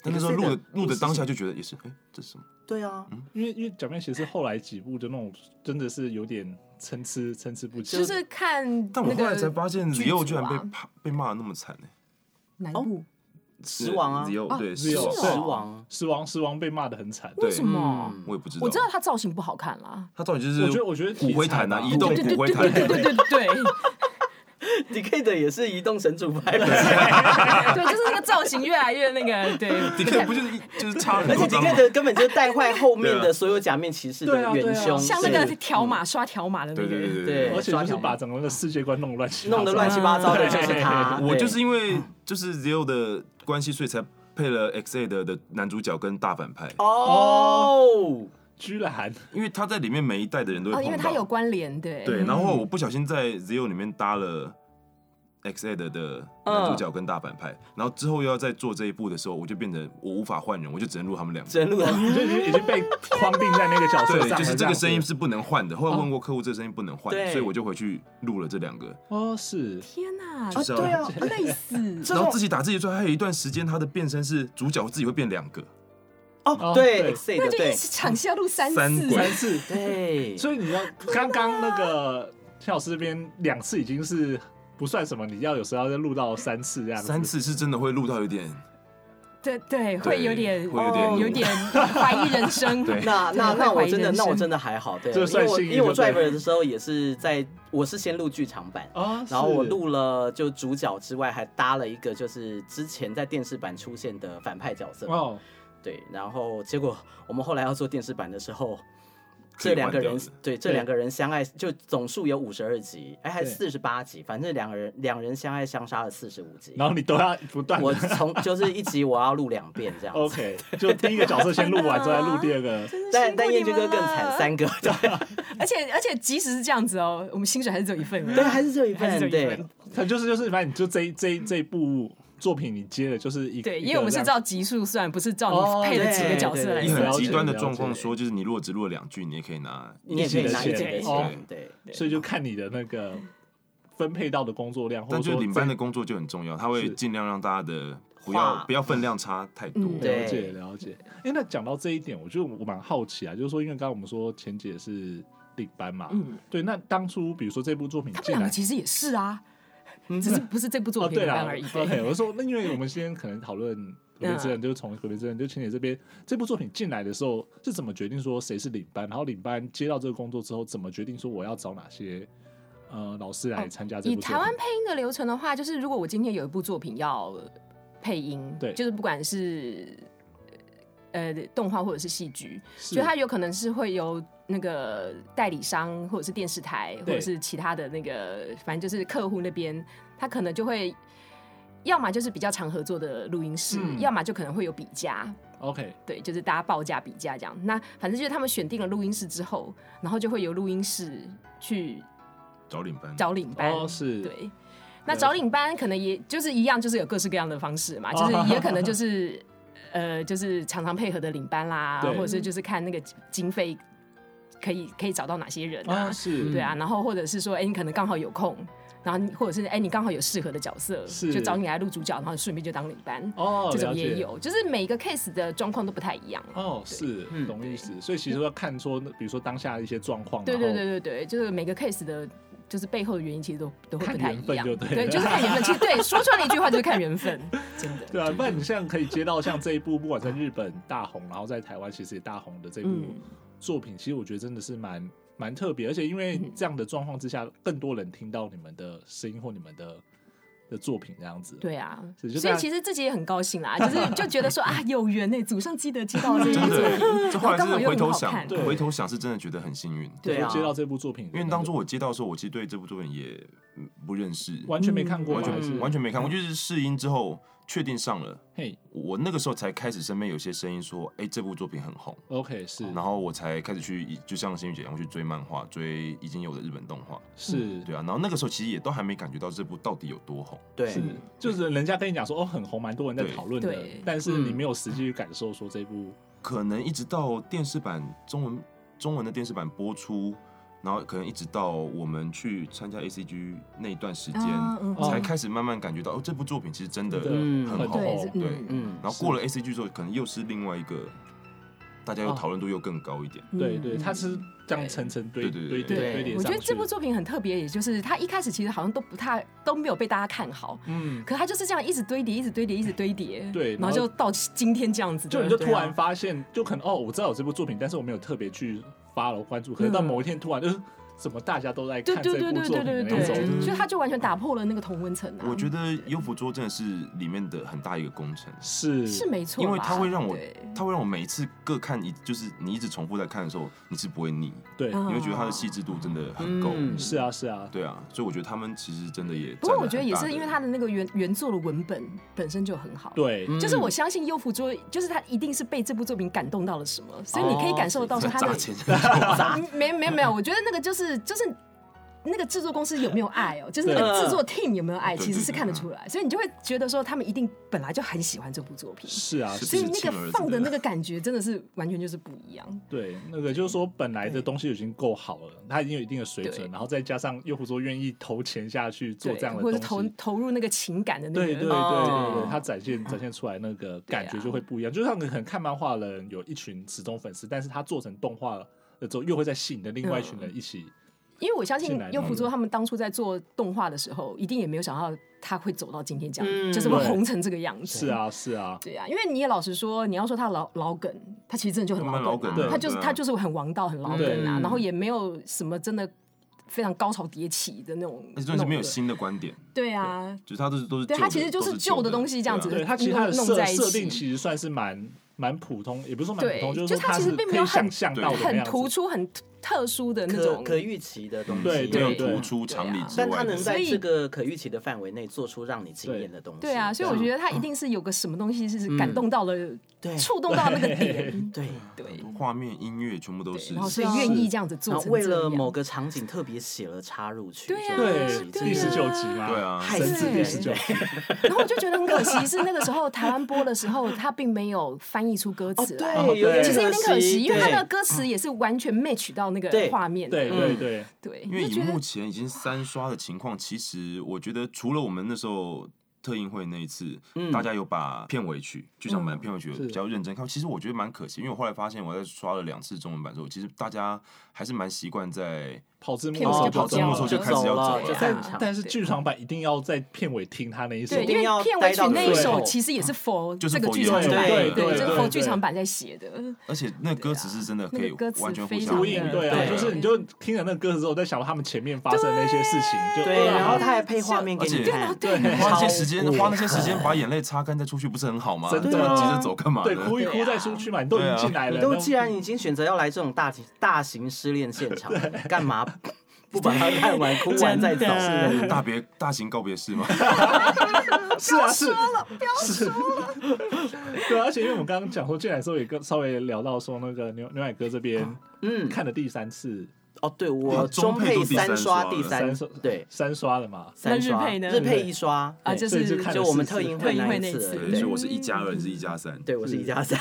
S2: 但那时候
S3: XA
S2: 录
S3: 的
S2: 的录的当下就觉得也是，哎，这是什么？
S3: 对啊，
S4: 嗯
S1: 因为因为假面骑士后来几部就那种真的是有点参差参差不齐，
S4: 就是看
S2: 但我
S4: 那
S2: 后来
S4: 个
S2: 才发现，
S4: 剧
S2: 李佑居
S4: 组
S2: 然被
S4: 啊
S2: 怕被骂的那么惨呢。
S4: 南部
S2: 是
S3: 狮王啊
S2: 李佑
S4: 哦
S2: 对，
S1: 是
S2: 狮
S1: 哦
S2: 王
S1: 是哦
S3: 狮王，
S1: 狮王狮王被骂的很惨。
S2: 对
S4: 为什么？
S2: 我也不知道。
S4: 嗯我知道他造型不好看啦，
S2: 他到底就是
S1: 我觉得我觉得
S2: 骨灰坛啊，
S1: 题材吧
S2: 移动
S4: 对对
S2: 骨灰
S4: 对
S2: 坛
S4: 对。对对对对，
S3: Decade 也是移动神主牌，
S4: 对，就是那个造型越来越那个，对，
S2: 迪克不就是一就是差了
S3: 而
S2: 很
S3: 且
S2: 多张吗？
S3: Decade 根本就带坏后面
S2: 对啊
S3: 的所有假面骑士的
S1: 对啊对啊
S3: 元凶，
S4: 像那
S3: 是嗯
S4: 个条码刷条码的那
S2: 对对
S4: 个，
S2: 对对
S3: 对
S1: 而且就是把整个那个世界观弄乱七八糟，
S3: 弄得乱七八 糟的就是他。
S2: 我
S3: 对
S2: 就是因为就是 Zio 的关系，所以才配了 X A 的的男主角跟大反派，
S3: 哦，
S1: 居然
S2: 因为他在里面每一代的人都会
S4: 哦，
S2: 碰到，
S4: 因为它有嗯关联，对，
S2: 对，然后我不小心在 Zio 里面搭了 X A 的的男主角跟大反派，然后之后又要再做这一步的时候，我就变成我无法换人，我就只能录他们两个。
S3: 真的
S1: 你就已经已经被框定在那个角色
S2: 对
S1: 上，了，
S2: 就是这
S1: 样
S2: 个
S1: 子
S2: 声音是不能换的。后来问过客户，这个声音不能换，
S3: 对
S2: 所以我就回去录了这两个。
S1: 哦，是
S4: 天哪，
S2: 就
S4: 啊
S2: 是要
S3: 对 啊，
S4: 累死！
S3: 这
S2: 然后自
S3: 种
S2: 己打自己出来，还有一段时间，他的变身是主角自己会变两个，
S1: 哦
S3: 哦，对
S1: 对
S3: X A
S4: 那
S3: 的
S4: 就
S3: 对
S4: 一场戏要录三
S2: 三
S4: 次，
S2: 轨
S1: 三次，
S3: 对，
S1: 所以你要刚刚那个田老师这边两次已经是不算什么，你要有时候要再录到三次这样子，
S2: 三次是真的会录到有点
S4: 对对，会有点
S2: 会有点
S4: 哦有点怀疑人生，
S2: 对
S3: 那那
S4: 真的会
S3: 那我
S4: 怀疑
S3: 真的
S4: 人
S3: 那我
S4: 生
S3: 真的还好，对，因
S1: 这算
S3: 为我
S1: 幸运
S3: 因为我
S1: 就对
S3: driver 的时候也是在，我是先录剧场版。
S1: 啊，
S3: 然后我
S1: 是
S3: 录了就主角之外，还搭了一个就是之前在电视版出现的反派角色，
S1: 哦，
S3: 对。然后结果我们后来要做电视版的时候，
S2: 可以
S3: 这两个
S2: 换
S3: 人
S2: 掉的
S3: 对这
S1: 对
S3: 两个人相爱，就总数有五十二集，哎，还
S1: 对
S3: 四十八集，反正两个人两人相爱相杀了四十五集。
S1: 然后你都要不断
S3: 我
S1: 的
S3: 从就是一集我要录两遍这样子，
S1: OK，就第一个角色先录完，之后再录第二个，
S3: 但但
S4: 燕
S3: 燕君哥更惨，，三个，对
S4: 而且而且即使是这样子哦，我们薪水还是只有一份而已，
S3: 对，还是只有一
S4: 还是只有
S3: 份，
S4: 一
S3: 嗯对
S4: 份，，
S1: 他就是就是反正你就这一这一这一部作品你接的就是一
S4: 对，
S1: 一个
S4: 因为我们
S1: 这
S4: 是
S1: 样
S4: 照集数算，不是照
S1: 哦
S4: 你配了几个
S3: 对
S4: 角色来
S2: 以
S3: 对
S4: 算
S2: 很
S1: 了解
S2: 极端的
S1: 了
S2: 状况
S1: 解
S2: 说，就是你如果只录了两句，你也可以拿
S3: 你也可以拿
S4: 一
S3: 一整个
S4: 起的
S1: 钱
S3: 钱，对。
S1: 所以就看你的那个分配到的工作量，或
S2: 但
S1: 者
S2: 就是
S1: 说
S2: 领班的工作就很重要，他会
S1: 是
S2: 尽量让大家的不要
S3: 话
S2: 不要分量差太多。
S4: 嗯
S1: 了
S3: 对
S1: 解了解。哎、那讲到这一点，我就我蛮好奇啊，就是说，因为刚刚我们说钱姐是领班嘛，
S4: 嗯
S1: 对，那当初比如说这部作品
S4: 他们
S1: 进
S4: 两
S1: 来
S4: 个。其实也是啊，
S3: 嗯
S4: 只是不是这部作
S1: 哦，
S4: 品
S1: 对
S4: 一嗯
S1: 啦
S4: 般而已。对
S1: ，OK，我说那因为我们先可能讨论《鬼灭之刃》，就是从《鬼灭之刃》就钱姐这边这部作品进来的时候是怎么决定说谁是领班，然后领班接到这个工作之后怎么决定说我要找哪些呃老师来参加这
S4: 哦以
S1: 部作
S4: 台湾
S1: 品？
S4: 配音的流程的话，就是如果我今天有一部作品要配音，
S1: 对
S4: 就是不管是呃动画或者是戏剧，
S1: 是
S4: 所以它有可能是会由那个代理商或者是电视台或
S1: 对
S4: 者是其他的那个，反正就是客户那边，他可能就会。要么就是比较常合作的录音室，
S1: 嗯
S4: 要么就可能会有比价，
S1: OK，
S4: 对，就是大家报价比价这样。那反正就是他们选定了录音室之后，然后就会由录音室去
S2: 找领班，
S4: 找领班。
S1: 哦是，
S4: 对，那找领班可能也就是一样，就是有各式各样的方式嘛，
S1: 哦
S4: 就是也可能就是呃，就是常常配合的领班啦，
S1: 对
S4: 或者是就是看那个经费可以可以找到哪些人啊，
S1: 哦是，
S4: 对啊，然后或者是说，哎、你可能刚好有空。然后你或者是哎、你刚好有适合的角色，
S1: 是
S4: 就找你来录主角，然后顺便就当领班，
S1: 哦
S4: 这种
S1: 了
S4: 也
S1: 解
S4: 有，就是每个 case 的状况都不太一样。
S1: 哦，
S4: 对
S1: 是
S3: 嗯
S1: 懂意思，所以其实要看说，那比如说当下的一些状况，
S4: 对
S1: 然后
S4: 对对对对，就是每个 case 的，就是背后的原因其实都都会不太
S1: 看缘
S4: 一
S1: 分
S4: 样
S1: 就，对了
S4: 就是看缘分。其实对，说穿了一句话就是看 缘分，真的。
S1: 对啊，不然你现在可以接到像这一部，不管在日本大红，然后在台湾其实也大红的这部
S4: 嗯
S1: 作品，其实我觉得真的是蛮蛮特别，而且因为
S4: 嗯
S1: 这样的状况之下，更多人听到你们的声音或你们的的作品这样子，
S4: 对啊，
S1: 是就
S4: 所
S1: 大
S4: 以
S1: 家
S4: 其实自己也很高兴啦，就是就觉得 说啊，有缘呢、祖上积德接到这一
S2: 真
S4: 作
S2: 的
S4: 品，，
S2: 这
S4: 然
S2: 后
S4: 后
S2: 来
S4: 刚好
S2: 真的
S4: 又
S2: 回
S4: 很
S2: 头
S4: 好
S2: 想
S4: 看，，
S1: 对
S2: 回头想是真的觉得很幸运，
S3: 对
S1: 就
S3: 啊
S1: 接到这部作品，
S2: 因为当初我接到的时候，我其实对这部作品也嗯不认识，
S1: 完全没看过嘛，
S2: 完全
S1: 还是
S2: 完全没看过，就是试音之后确定上了，
S1: 嘿
S2: 我那个时候才开始身边有些声音说，哎、这部作品很红，
S1: ，OK 是
S2: 然后我才开始去，就像心宇姐一样去追漫画，追已经有的日本动画，
S1: 是。
S2: 对啊，然后那个时候其实也都还没感觉到这部到底有多红，
S3: 对，
S1: 就是人家跟你讲说哦很红，蛮多人在
S2: 对
S1: 讨论的
S4: 对，
S1: 但是你
S3: 嗯
S1: 没有实际去感受说这部
S2: 可能一直到电视版中文中文的电视版播出，然后可能一直到我们去参加 ACG 那一段时间，
S4: 啊嗯
S1: 哦
S2: 才开始慢慢感觉到哦，这部作品其实真的
S1: 真的
S2: 很
S1: 很
S2: 好。
S1: 红
S4: 对
S2: 对，
S3: 嗯，
S2: 然后过了 ACG 之后，可能又是另外一个，大家又
S1: 哦
S2: 讨论度又更高一点。
S1: 对
S4: 嗯
S1: 对，它是这样层层堆
S2: 对对
S1: 堆叠
S2: 对
S3: 对
S1: 堆叠上去。
S4: 我觉得这部作品很特别，也就是它一开始其实好像都不太都没有被大家看好，
S1: 嗯，
S4: 可它就是这样一直堆叠，一直堆叠，一直堆叠，
S1: 对
S4: 然后
S1: 然
S4: 就
S1: 后
S4: 到今天这样子的，
S1: 就你就
S4: 对
S1: 突
S4: 啊
S1: 然发现，就可能哦，我知道有这部作品，但是我没有特别去发了关注，可能到
S4: 嗯
S1: 某一天突然，呃，怎么大家都在
S4: 对
S1: 看这
S4: 对对
S1: 部
S4: 对
S1: 作
S4: 对
S1: 品的
S4: 对
S1: 那
S4: 对
S1: 种？
S4: 对，
S3: 嗯
S4: 所以它就完全打破了那个同温层啊，
S2: 我觉得《优浮桌》真的是里面的很大一个工程，
S1: 是
S4: 是没错啦，
S2: 因为它会让我
S4: 对，
S2: 它会让我每一次各看一，就是你一直重复在看的时候，你是不会腻，
S1: 对，
S4: 嗯
S2: 你会觉得它的细致度真的很够。
S3: 嗯
S1: 是啊是啊，
S2: 对啊，所以我觉得他们其实真的也
S4: 不过我
S2: 占
S4: 觉
S2: 了
S4: 得
S2: 很
S4: 也
S2: 大
S4: 是
S2: 的
S4: 因为它的那个原原作的文本本身就很好，
S1: 对，
S2: 嗯
S4: 就是我相信优芙桌，就是他一定是被这部作品感动到了什么，所以你可以感受到说他
S2: 砸
S4: 的
S2: 钱，啊
S4: 没没没有，我觉得那个就是就是那个制作公司有没有爱哦，就是那
S1: 对
S4: 个制作 team 有没有爱，
S2: 对
S4: 其实
S2: 对
S4: 是
S2: 对
S4: 看得
S2: 嗯
S4: 出来，所以你就会觉得说他们一定本来就很喜欢这部作品，
S1: 是啊是
S2: 是
S4: 所以那
S2: 亲儿
S4: 个
S2: 子
S4: 放的
S2: 的
S4: 那个感觉真的是完全就是不一样。
S1: 对，那个就是说，本来的东西已经够好了，它已经有一定的水
S4: 对
S1: 准，然后再加上又不说愿意投钱下去做
S4: 对，
S1: 这样的东
S4: 或者
S1: 西，
S4: 是投投入那个情感的那个，
S1: 对对对对
S3: 哦
S1: 对，它展现展现出来那个感觉
S4: 对啊
S1: 就会不一样。就像你可能看漫画的人有一群死忠粉丝，但是他做成动画了之后，又会再吸引的另外一群
S4: 嗯
S1: 人一起。
S4: 因为我相信
S1: 进来的
S4: 优芙桌他们当初在做动画的时候，一定也没有想到他会走到今天这样，
S3: 嗯
S4: 就是会
S1: 对
S4: 红成这个样子。
S1: 是啊，是啊，
S4: 对啊，因为你也老实说，你要说他老老梗，他其实真的就很
S2: 蛮
S4: 老
S2: 老
S4: 梗、
S2: 梗
S4: 啊，
S2: 的
S4: 他就是
S2: 对啊
S4: 他就是很王道、很老梗啊，
S3: 对
S4: 然后也没有什么真的非常高潮迭起的那种，
S2: 而且真的是没有
S4: 那种
S2: 新的观点，
S4: 梗对啊，
S2: 就是它都是都是
S4: 对
S2: 旧
S4: 它其实就是
S2: 都
S4: 旧的东西这样子
S2: 对
S1: 对
S2: 啊
S1: 他其实他的
S4: 弄
S1: 设
S4: 在一起
S1: 设定其实算是蛮蛮普通，也不是说蛮普通，
S4: 对
S1: 是
S4: 就
S1: 说
S4: 它其实
S1: 是
S4: 并没
S1: 可
S4: 有
S1: 以想
S4: 很
S1: 象到的那
S4: 很
S1: 样
S4: 突
S1: 子。
S4: 出、很特殊的那
S3: 可
S4: 种。
S3: 可预期的东西，
S1: 对
S2: 没
S1: 对
S2: 有
S1: 对
S2: 突出
S4: 啊
S2: 常理之外
S3: 但
S2: 的，
S3: 它能
S4: 所
S3: 在
S4: 以
S3: 这个可预期的范围内做出让你惊艳的东西。
S4: 对啊，所以我觉得他
S1: 嗯
S4: 一定是有个什么东西是感动到了，
S3: 对
S4: 触动到那个 点，
S3: 对。
S4: 对
S2: 画面、音乐全部都
S4: 对，
S2: 是
S4: 然，后所以愿意这样子做
S3: 然后
S4: 成
S3: 为
S4: 这
S3: 了
S4: 样
S3: 某个场景特别写了插入曲，
S4: 对啊
S3: 这种东
S1: 对
S3: 西，
S4: 对啊
S1: 第十九集嘛，
S2: 对啊
S3: 害
S1: 甚
S4: 死
S1: 至第
S4: 人
S1: 十九集，
S4: 然后我就觉得很可惜，是那个时候台湾播的时候，他并没有翻译出歌
S3: 哦
S4: 词来。
S1: 哦
S3: 对，有
S1: 对
S3: 点
S4: 啊其实有点可惜，因为他
S3: 对
S4: 那个歌词也是完全 match 到那个
S3: 对
S4: 画面的。嗯
S1: 对对对，
S4: 对，
S2: 因为
S4: 就
S2: 以
S4: 觉得
S2: 目前已经三刷的情况，其实我觉得除了我们那时候特映会那一次，大家有把片尾曲剧场
S4: 嗯
S2: 版片尾曲
S1: 嗯是
S2: 比较认真看，其实我觉得蛮可惜，因为我后来发现我在刷了两次中文版之后，其实大家还是蛮习惯在
S1: 跑字幕
S4: 片尾
S1: 的
S4: 就
S1: 时候
S4: 跑字幕的时候
S2: 就开始要走了
S3: 就
S4: 对
S3: 散
S4: 啊
S3: 场，
S1: 但是剧场版一定要在片尾听他那一首
S4: 对，因
S3: 一定
S4: 为
S3: 要
S4: 片尾
S3: 待
S4: 曲
S3: 到
S4: 那一
S1: 最
S4: 首
S1: 后
S4: 其实也是 for
S2: 就是
S4: 这个
S2: for
S4: 剧场
S1: 演
S4: 版，
S1: 出对对
S4: 这
S1: 对
S4: 个 for
S1: 对
S4: 剧场版在写的。
S2: 而且那歌词是真的可
S4: 啊那
S2: 以
S4: 个歌词
S2: 完全互
S4: 非
S2: 相
S4: 常
S1: 呼
S4: 的
S1: 应
S4: 对，
S1: 对啊，
S3: 对
S1: 就是你就听了那歌之后，再想到他们前面发生的那些事情，就
S3: 对，
S1: 啊
S3: 然后他还配画面给
S2: 而
S3: 你
S2: 且
S4: 然后
S3: 看，
S4: 对，
S2: 花那些时
S3: 超
S2: 间，
S3: 过
S2: 花那些时间把眼泪擦干再出去，不是很好吗？
S1: 真的
S2: 这么急着走干嘛
S1: 对，
S2: 呢？
S1: 哭一哭再出去嘛，你都已经进来了，
S3: 啊你都既然已经选择要来这种大型大型失恋现场，干嘛不把它看完、哭完再走？
S1: 真
S2: 大别大型告别式吗？
S1: 是啊，是了，不要说了。 对，啊而且因为我们刚刚讲说进来的时候也跟稍微聊到说那个牛牛奶哥这边，嗯，看了第三次
S3: 哦，对我
S2: 啊中
S3: 中
S2: 配
S3: 配
S2: 都第三
S3: 三刷
S2: 刷
S3: 第
S2: 了
S1: 三刷，
S3: 对
S1: 三刷了嘛，
S4: 那
S3: 三
S4: 日
S3: 刷
S4: 配呢
S3: 日配一刷，
S4: 啊，
S1: 对
S4: 就
S1: 所以就是看了
S3: 就我们
S1: 四次
S3: 特映会那
S4: 特
S3: 一
S4: 映会那一次
S3: 次，
S2: 对，
S4: 对
S2: 所以我是一加二，你是一加三。
S3: 对我是一加三，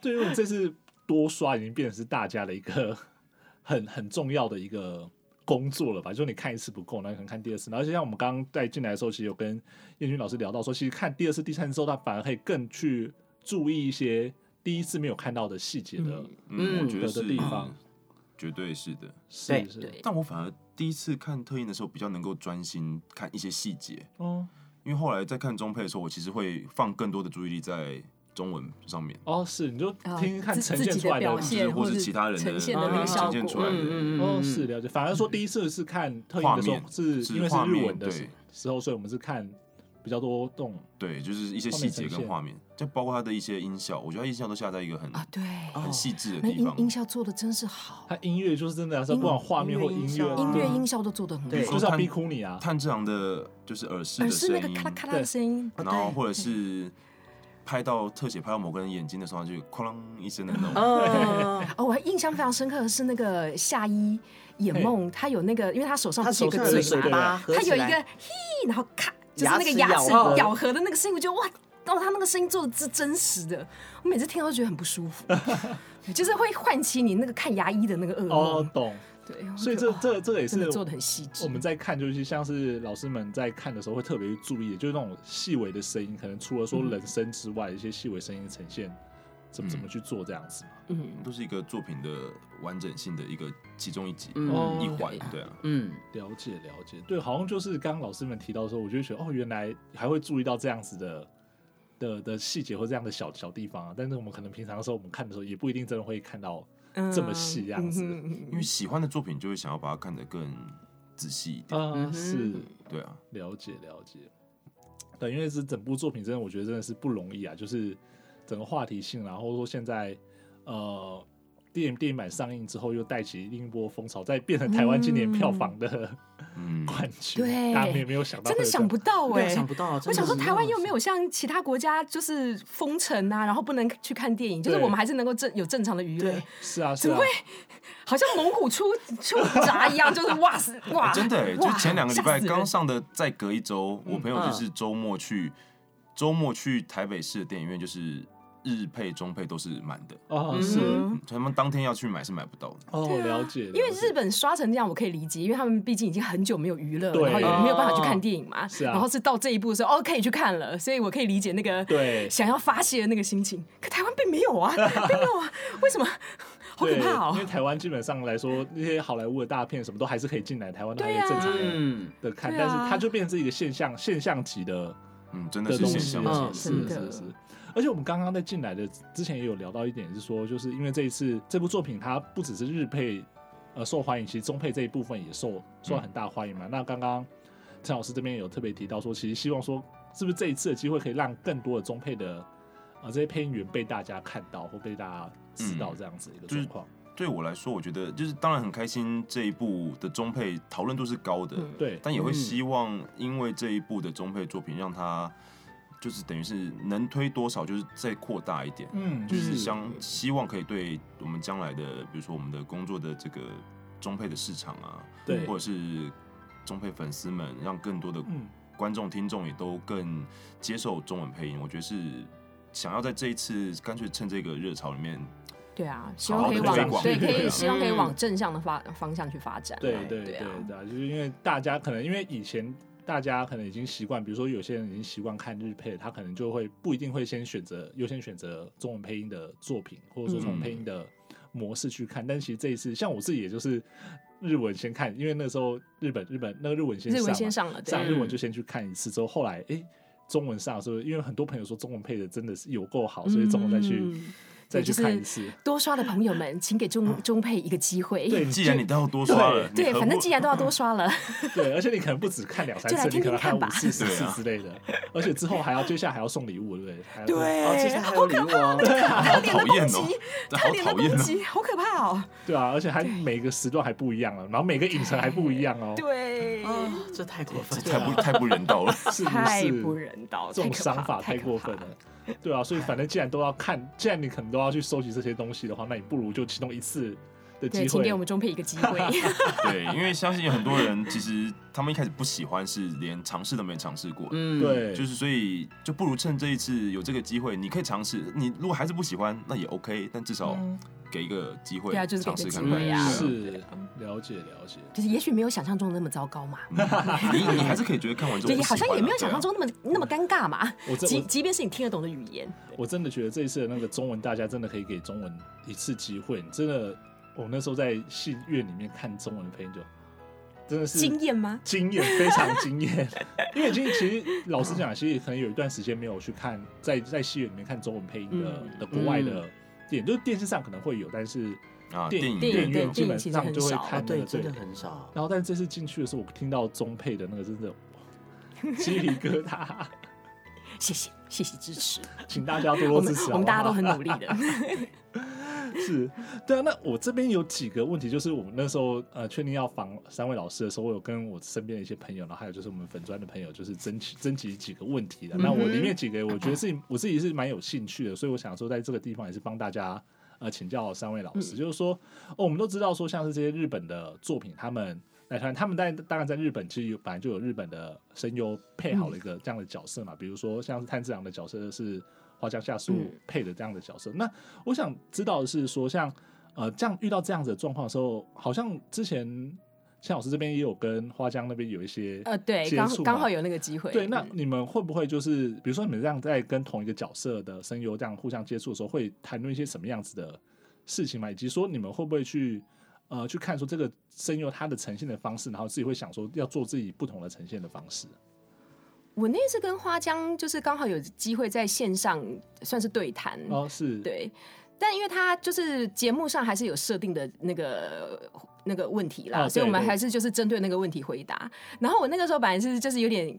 S1: 对，因为这次多刷已经变成是大家的一个 很很重要的一个工作了吧？就是你看一次不够，那可能看第二次。然后就像我们刚刚在进来的时候，其实有跟燕君老师聊到说，其实看第二次、第三次之后，他反而可以更去注意一些第一次没有看到的细节的。
S2: 嗯，我
S3: 嗯
S2: 觉
S1: 有
S2: 得
S1: 的
S2: 是
S1: 地方
S2: 绝对是的。
S1: 是
S3: 对
S1: 是
S4: 对
S2: 但我反而第一次看特映的时候，比较能够专心看一些细节，
S1: 哦
S2: 因为后来在看中配的时候，我其实会放更多的注意力在中文上面，
S1: 哦，是你就
S4: 啊
S1: 听听看
S4: 自
S1: 呈
S4: 自
S1: 现
S4: 己
S1: 出
S4: 的
S1: 来
S4: 表现
S2: 或
S4: 或
S2: 是
S4: 是
S2: 其他人
S4: 呈现
S3: 的那个
S2: 对
S3: 效
S2: 呈
S4: 果
S2: 现出来
S3: 嗯
S2: 的。
S3: 嗯嗯，
S1: 哦，是了解。反而说第一次是看特映的时候
S2: 画面，
S1: 是
S2: 是
S1: 因为是
S2: 画面
S1: 日文的
S2: 对
S1: 时候，所以我们是看比较多这种
S2: 对，就是一些细节跟画面，就包括它的一些音效，我觉得它音效都下在一个很
S4: 啊，对，
S3: 哦
S2: 很细致的
S4: 那
S2: 地
S4: 音
S2: 方。
S4: 音效做的真是好
S1: 它，音乐就是真的啊，是
S4: 音
S1: 不管画面或音
S3: 音乐
S1: 乐，啊
S4: 音乐音效都做的很
S3: 对
S4: 好，
S1: 就是要逼哭你啊！
S2: 炭治郎的就是耳饰
S4: 而
S2: 的
S4: 是
S2: 声
S4: 那个
S2: 音
S4: 咔，啦咔啦的声音，
S3: 对
S2: 然后或者是拍到特写拍到某个人眼睛的时候，就哐啷一声的那种。
S3: 嗯，
S4: 哦，我还印象非常深刻的是那个夏一眼梦，他有那个，因为他手上
S3: 他
S4: 不是有
S3: 手
S4: 一
S3: 上
S4: 个
S3: 的
S4: 嘴
S3: 嘴
S4: 嘛，
S3: 巴合
S4: 他
S3: 起
S4: 有一
S3: 来
S4: 个嘿，然后咔，就是那个
S3: 牙
S4: 牙
S3: 齿
S4: 齿
S3: 咬合
S4: 咬合的那个声音，我觉得哇，哦，他那个声音做的是真实的，我每次听到都觉得很不舒 服，对就是会唤起你那个看牙医的那个噩
S1: 哦
S4: 梦。，
S1: 懂。
S4: 对，我
S1: 所以
S4: 觉得
S1: 这这
S4: 哦
S1: 这也
S4: 真的
S1: 是
S4: 做的很细致。
S1: 我们在看，就是像是老师们在看的时候会特别注意的，就是那种细微的声音，可能除了
S4: 嗯
S1: 说人声之外，一些细微声音的呈现，怎么怎么去做这样子。
S4: 嗯，
S2: 都是一个作品的完整性的一个其中一集、
S3: 嗯
S2: 一环，对啊。
S3: 嗯，
S1: 了解了解，对，好像就是刚刚老师们提到的时候，我就会觉得哦，原来还会注意到这样子的的的细节或这样的小小地方啊。但是我们可能平常的时候，我们看的时候也不一定真的会看到这么细
S3: 啊
S1: 这样子。
S4: 嗯哼
S2: 因为喜欢的作品就会想要把它看得更仔细一点，
S1: 啊、
S3: 嗯哼
S1: 是
S2: 对啊，
S1: 了解了解。对，因为是整部作品，真的我觉得真的是不容易啊，就是整个话题性，啊然后说现在呃。电影电影版上映之后，又带起另一波风潮，再变成台湾今年票房的
S2: 嗯，
S1: 冠军。
S4: 对
S1: 大家也没有想到，
S4: 真的想不到
S3: 对啊，
S4: 哎、
S3: 想不到，真
S4: 我
S3: 的
S4: 想说，
S3: 是
S4: 台湾又没有像其他国家就是封城啊，然后不能去看电影，就是
S1: 对
S4: 我们还是能够正有正常的娱乐
S3: 对，
S1: 是啊，是
S4: 怎么
S1: 啊
S4: 会，好像蒙古出出闸一样，就是哇 塞哇，
S2: 真的、欸，就
S4: 哇
S2: 前两个礼拜
S4: 吓死人
S2: 刚上的，再隔一周，我朋友就是周末去，周末去台北市的电影院，就是日配、中配都是满的，
S1: 哦，
S3: 嗯
S1: 是
S2: 嗯他们当天要去买是买不到的。
S1: 哦，
S4: 对啊
S1: 了解，
S4: 因为
S1: 了解
S4: 日本刷成这样，我可以理解，因为他们毕竟已经很久没有娱乐
S1: 对
S4: 了，然后也没有办法去看电影嘛。
S1: 是啊
S4: 然后是到这一步的时候，哦，可以去看了，所以我可以理解那个
S1: 对
S4: 想要发泄的那个心情。可台湾并没有啊，并没有啊，为什么？好可
S1: 对，
S4: 怕
S1: 因
S4: 哦
S1: 为！台湾基本上来说，那些好莱坞的大片什么都还是可以进来台湾，都还
S4: 对
S1: 是
S4: 啊
S1: 正常的
S3: 嗯，
S1: 的看，
S4: 对
S1: 但
S4: 啊
S1: 是它就变成是一个现象现象级的
S2: 嗯，真的
S1: 的
S2: 是
S1: 东
S2: 现
S1: 西啊
S2: 象
S3: 的
S1: 了，
S3: 嗯
S1: 是
S4: 真
S1: 是
S4: 的
S1: 是。而且我们刚刚在进来的之前也有聊到一点，是说就是因为这一次这部作品它不只是日配呃受欢迎，其实中配这一部分也受
S2: 嗯
S1: 受到很大欢迎嘛。那刚刚陈老师这边有特别提到说，其实希望说是不是这一次的机会可以让更多的中配的呃这些配音员被大家看到或被大家知道这样子一个
S2: 嗯就是
S1: 状况，
S2: 对我来说，我觉得就是当然很开心，这一部的中配讨论度是高的，
S4: 嗯
S1: 对。
S2: 但也会
S3: 嗯
S2: 希望因为这一部的中配作品，让它就是等于是能推多少，就是再扩大一点。
S1: 嗯，
S2: 就是相希望可以对我们将来的，比如说我们的工作的这个中配的市场啊，
S1: 对
S2: 或者是中配粉丝们，让更多的
S1: 嗯
S2: 观众听众也都更接受中文配音。我觉得是想要在这一次，干脆趁这个热潮里面，
S4: 对啊，希
S2: 好
S4: 望
S2: 好
S4: 可以
S2: 地
S1: 推
S4: 往
S1: 广
S4: 对，可
S2: 对
S4: 以
S2: 啊
S4: 希望可以往正向的发方向去发展。
S1: 对
S3: 来
S1: 对
S4: 对啊
S1: 对啊，就是因为大家可能因为以前大家可能已经习惯，比如说有些人已经习惯看日配，他可能就会不一定会先选择优先选择中文配音的作品，或者说从
S2: 嗯
S1: 配音的模式去看。但其实这一次，像我自己也就是日文先看，因为那时候日本日本那个日文先
S4: 日
S1: 上嘛
S4: 文先上了，对
S1: 上
S3: 对
S1: 日文就先去看一次，之后后来诶中文上的时候，因为很多朋友说中文配的真的是有够好，所以中文再去、
S4: 嗯
S1: 再
S4: 对
S1: 去
S4: 就是
S1: 看一次。
S4: 多刷的朋友们，请给中中配一个机会。
S1: 嗯 对，
S2: 既然你都要多刷了，你
S4: 嗯对，
S2: 何
S4: 反正
S2: 不
S4: 既然 都要多刷了，
S1: 对，而且你可能不止看两三
S4: 就来
S1: 次，你
S4: 听
S1: 可
S4: 听
S1: 能还有
S4: 看吧
S1: 五次、十次
S2: 对啊
S1: 之类的，而且之后还要接下来还要送礼物，对不对？还要
S3: 哦，接下来还有礼物哦，
S4: 特点的
S2: 讨厌
S4: 攻
S2: 哦
S4: 击，
S2: 这
S4: 特
S2: 好
S4: 点的
S2: 讨
S4: 攻
S2: 厌
S1: 啊
S2: 哦。
S4: 击，好可怕哦！
S1: 对啊，而且还每个时段还不一样啊了，然后每个影城还不一样哦，
S4: 对，
S3: 哦这太过分
S2: 太
S3: 了，
S2: 不太不人道 了，
S1: 是
S4: 太不
S1: 不是？
S4: 人道，
S1: 这
S4: 太
S1: 种
S4: 可怕
S1: 想法太
S4: 可
S1: 过
S4: 怕
S1: 分了。对啊，所以反正既然都要看，既然你可能都要去收集这些东西的话，那你不如就其中一次的
S4: 对，
S1: 机
S4: 请
S1: 会
S4: 给我。们中配一个机 会。
S2: 对，因为相信有很多人其实他们一开始不喜欢，是连尝试都没尝试过，
S3: 嗯，
S1: 对，
S2: 就是所以就不如趁这一次有这个机会，你可以尝试。你如果还是不喜欢，那也 OK，但至少给一个机会，
S4: 嗯对啊就是给
S2: 尝
S4: 个
S2: 试
S4: 机
S2: 看看。
S4: 会啊
S2: 对
S1: 是了解了解。
S4: 就是也许没有想象中的那么糟糕嘛，
S2: 啊 你你还是可以觉得看完之后
S4: 对，
S2: 不
S4: 好
S2: 喜欢啊
S4: 像也没有想象。中那么那么尴尬嘛
S1: 我。这
S4: 即
S1: 我
S4: 即便是你听得懂的语言，
S1: 我真的觉得这一次的那个中文，大家真的可以给中文一次机会。真的，我那时候在戏院里面看中文的配音就真的是
S4: 经验吗？
S1: 惊艳，非常惊 艳。因为已经其实老实讲，啊其实可能有一段时间没有去看，在在戏院里面看中文配音的、
S4: 嗯
S1: 的国外的电影，就是电视上可能会有，但是
S2: 对啊，
S1: 电
S2: 电影
S4: 电
S2: 院
S4: 影
S1: 院
S4: 院
S1: 基本
S4: 其实
S1: 上
S4: 很
S1: 就会
S4: 少啊
S1: 看那
S3: 哦对，
S1: 个
S3: 真的很少，
S1: 然后，但是这次进去的时候，我听到中配的那个，真的哇鸡皮疙瘩。
S4: 谢谢，谢谢 支持，
S1: 请大家多多啊
S4: 我
S1: 支
S4: 们
S1: 持
S4: 我们大家都很
S1: 好
S4: 努力 的。
S1: 不好是对啊。那我这边有几个问题，就是我们那时候呃确定要访三位老师的时候，我有跟我身边的一些朋友，然后还有就是我们粉专的朋友，就是征集征集几个问题的。那我里面几个，我觉得自己我自己是蛮有兴趣的，所以我想说在这个地方也是帮大家呃请教三位老师，就是说哦，我们都知道说像是这些日本的作品，他们。来团，他们在当然在日本其实有本来就有日本的声优配好了一个这样的角色嘛，比如说像是炭治郎的角色是花江夏树
S4: 嗯
S1: 配的这样的角色。那我想知道的是说像呃这样遇到这样子的状况的时候，好像之前钱老师这边也有跟花江那边有一些
S4: 呃，对，
S1: 接
S4: 刚
S1: 触嘛
S4: 刚好有那个机会。
S1: 对，那
S4: 嗯
S1: 你们会不会就是，比如说你们这样在跟同一个角色的声优这样互相接触的时候，会谈论一些什么样子的事情嘛？以及说你们会不会去呃去看说这个声优他的呈现的方式，然后自己会想说要做自己不同的呈现的方式？
S4: 我那次跟花江就是刚好有机会在线上算是对谈，
S1: 哦，是，，
S4: 嗯对。但因为他就是节目上还是有设定的那个那个问题啦，
S1: 啊对
S4: 所以我们
S1: 对
S4: 还是就是针对那个问题回答。然后我那个时候本来是就是有点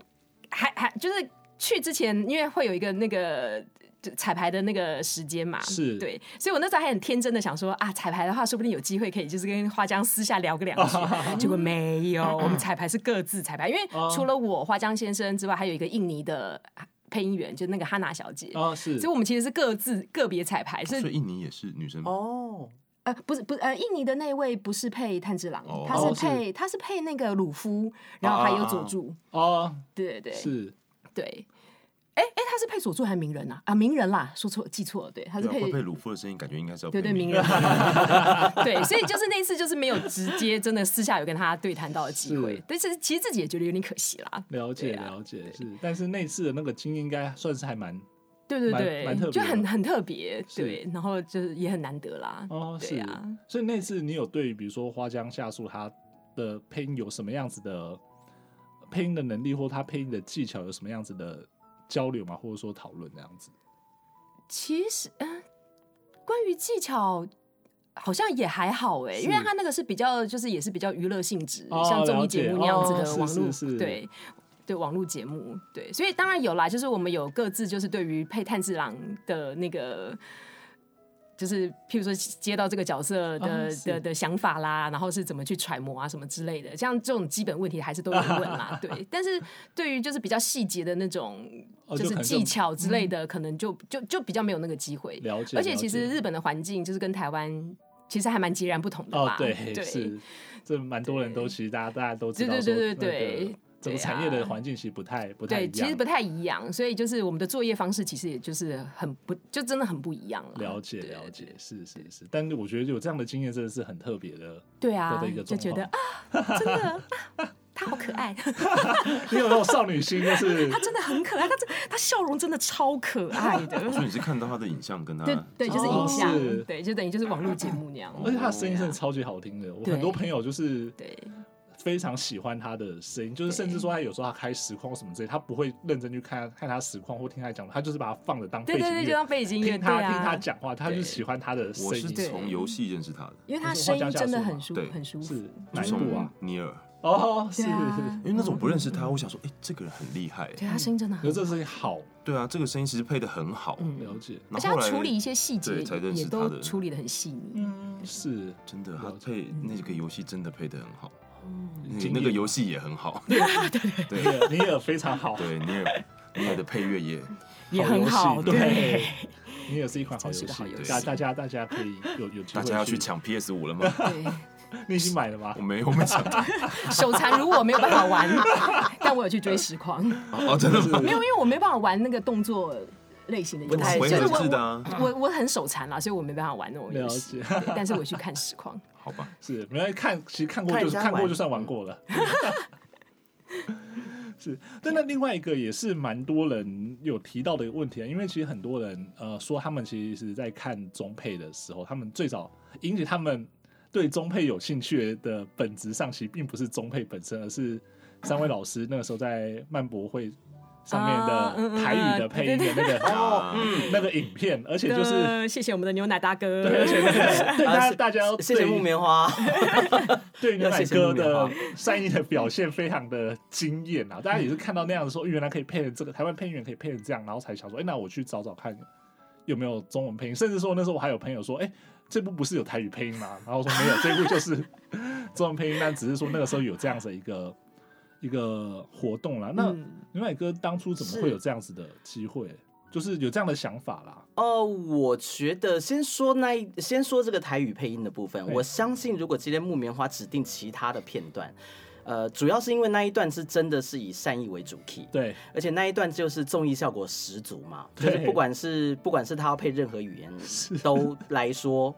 S4: 还还就是去之前，因为会有一个那个就彩排的那个时间嘛，
S1: 是
S4: 对，所以我那时候还很天真的想说啊，彩排的话，说不定有机会可以就是跟花江私下聊个两 句，结果没有，我们彩排是各自彩排，因为
S1: 哦
S4: 除了我花江先生之外，还有一个印尼的配音员，就那个哈娜小姐，
S1: 哦， 是哦
S4: 所以，我们其实是各自个别彩排，
S2: 所
S4: 是
S2: 以印尼也是女生吗
S3: 哦，
S4: 呃不是不是呃印尼的那一位不是配炭治郎
S2: 哦，
S4: 他
S1: 哦
S4: 是
S1: 是
S4: 配他是配那个鲁夫，然后还有佐助，
S1: 哦，
S4: 对对对
S1: 是
S4: 对，哎哎他是配佐助还是鸣人啊啊鸣人啦，说错记错了，对他是
S2: 对啊，
S4: 配
S2: 会配鲁夫的声音，感觉应该是要
S4: 对
S2: 配
S4: 对，名人， 对，所以就是那一次就是没有直 接真的私下有跟他对谈到的机会
S1: 是，
S4: 但是其实自己也觉得有点可惜啦。
S1: 了解、
S4: 对啊
S1: 了解是，但是那次的那个经验应该算是还蛮
S4: 对对
S1: 蛮蛮特别
S4: 对，
S1: 的
S4: 就很很特别，
S1: 是
S4: 对，然后就是也很难得啦。
S1: 哦，
S4: 对
S1: 是
S4: 啊，
S1: 所以那次你有对比如说花江夏树他的配音有什么样子的配音的能力，或他配音的技巧有什么样子的交流吗？或者说讨论这样子？
S4: 其实，嗯、关于技巧。好像也还好哎、
S1: 是
S4: 因为他那个是比较，就是也是比较娱乐性质，
S1: 哦
S4: 像综
S1: 了
S4: 艺
S1: 解
S4: 节目那样子
S1: 哦
S4: 的
S1: 是
S4: 网络、
S1: 是是
S4: 对对网络节目对，所以当然有啦，就是我们有各自就是对于配炭治郎的那个，就是譬如说接到这个角色的、
S1: 哦是
S4: 的的想法啦，然后是怎么去揣摩啊什么之类的，像这种基本问题还是都有问啦，对，但是对于就是比较细节的那种
S1: 哦就
S4: 就
S1: 可
S4: 是
S1: 能就
S4: 技巧之类的，可能就就就比较没有那个机会。
S1: 嗯了解，
S4: 而且
S1: 了
S4: 其
S1: 解
S4: 实日本的环境就是跟台湾其实还蛮截然不同的
S1: 哦
S4: 吧？，
S1: 对，是这蛮多人都其实大家大家都知道
S4: 对
S1: 说
S4: 对对
S1: 那
S4: 对
S1: 个
S4: 对
S1: 整个
S4: 对
S1: 产业的
S4: 啊
S1: 环境其实不太不太一
S4: 对，
S1: 样，
S4: 其实不太一样，所以就是我们的作业方式其实也就是很不，就真的很不一样了。
S1: 了解
S4: 对
S1: 了解，是是是，但是我觉得有这样的经验真的是很特别的。
S4: 对啊
S1: 的一个，
S4: 就
S1: 状
S4: 觉
S1: 况
S4: 得啊，真的啊，他好可爱，
S1: 你有那种少女心，就是
S4: 他真的很可爱，他真他笑容真的超可爱的。
S2: 所以你是看到她的影像跟她
S4: 对对，就是
S1: 哦
S4: 影像，
S1: 是哦哎
S4: 对，就等于就是网络节目那样。
S1: 而且她的声音真
S4: 对啊
S1: 的超级好听的，我很多
S4: 对
S1: 朋友就是
S4: 对
S1: 非常喜欢他的声音，就是甚至说他有时候他开实况什么之类，他不会认真去看看他实况或听他讲，他就是把它放着当背
S4: 对
S1: 景
S4: 对
S1: 音
S4: 对，就
S1: 乐，
S4: 当背景音乐，
S1: 听
S4: 对
S1: 他
S4: 啊，
S1: 听他讲话，他就
S4: 对
S1: 喜欢他的声
S2: 我是
S1: 音。
S4: 对
S2: 从游戏认识她的，
S4: 因为他
S1: 就是
S4: 声
S1: 花
S4: 音
S1: 江
S4: 真的
S1: 夏树
S4: 很
S1: 嘛
S4: 舒
S2: 对
S4: 很舒服
S1: 是，哪
S2: 就
S1: 一部
S2: 从
S1: 啊？
S2: 尼尔，
S1: 哦，是
S4: 对
S1: 是
S4: 啊
S1: 是，，
S2: 因为那时候我不认识她，我想说，哎，这个人很厉害，
S4: 对他声音真的
S1: 可是
S4: 很，
S1: 这声音好
S2: 对啊，这个声音其实配的很好，
S5: 嗯
S1: 了解，
S4: 而
S2: 然
S4: 且
S2: 后后
S4: 他
S2: 来
S4: 处理一些细节
S2: 对才认识他
S4: 也都
S2: 的
S4: 处理的很细腻。
S1: 嗯，是
S2: 真的，她
S1: 了解
S2: 配那个游戏真的配的很好，那
S1: 经典
S2: 个那个游戏也很好，
S1: 尼尔尼尔非常好，
S2: 对尼尔尼尔的配乐也
S4: 也很
S1: 好
S4: 好
S1: 游戏，
S4: 对
S1: 对，尼尔是一款好游
S4: 真是个好
S1: 戏
S4: 游，
S1: 大
S4: 戏
S1: 大家大家可以有有机
S2: 大
S1: 会
S2: 家要去，抢 PS 五了吗？
S4: 对，
S1: 你已经买了吗
S2: 我？没有，我没 抢到。
S4: 手残如我没有办法玩， 但我有去追实况，没
S2: 哦，真的吗？
S4: 有，因为我没办法玩那个动作类型的
S3: 不
S4: 游
S3: 太
S4: 戏，
S2: 回
S4: 就是
S2: 合
S4: 我
S2: 制的
S4: 我
S2: 啊，
S4: 我我很手残啦，所以我没办法玩那种游
S1: 了
S4: 戏，
S1: 解，
S4: 对但是我去看实况。
S2: 好吧。
S1: 是，没关系，看其实看过就是
S3: 看一下
S1: 看过
S3: 玩
S1: 就算玩过了。 是，但那另外一个也是蛮多人有提到的一个问题啊，因为其实很多人呃说他们其实是在看中配的时候，他们最早引起他们对中配有兴趣的本质上，其实并不是中配本身，而是三位老师那个时候在漫博会上面
S4: 啊嗯
S1: 的
S4: 嗯
S1: 台语的
S4: 嗯
S1: 配音的
S4: 对
S1: 那个、
S2: 哦，
S5: 嗯
S1: 那个影片，而且就是。
S4: 呃谢谢我们的牛奶大哥，
S1: 对，而且那个对大家
S3: 是
S1: 大家要
S3: 啊谢谢
S1: 对于
S3: 木棉花，
S1: 对牛
S3: 要
S1: 奶
S3: 谢谢
S1: 哥
S3: 木棉
S1: 的
S3: 花
S1: 善意的表现非常的惊艳啊！大家也是看到那样子说，原来可以配成这个台湾配音员可以配成这样，然后才想说，哎、那我去找找看有没有中文配音。甚至说那时候我还有朋友说，哎、这部不是有台语配音 吗？然后我说没有，这部就是中文配音，但只是说那个时候有这样子一个一个活动啦。那
S4: 嗯
S1: 牛奶哥当初怎么
S3: 是
S1: 会有这样子的机会？就是有这样的想法啦。
S3: 呃，我觉得先说那一，先说这个台语配音的部分。
S1: 对
S3: 我相信，如果今天木棉花指定其他的片段，呃，主要是因为那一段是真的是以善意为主 key，
S1: 对，
S3: 而且那一段就是综艺效果十足嘛，就是
S1: 对
S3: 不管是不管是他要配任何语言都来说，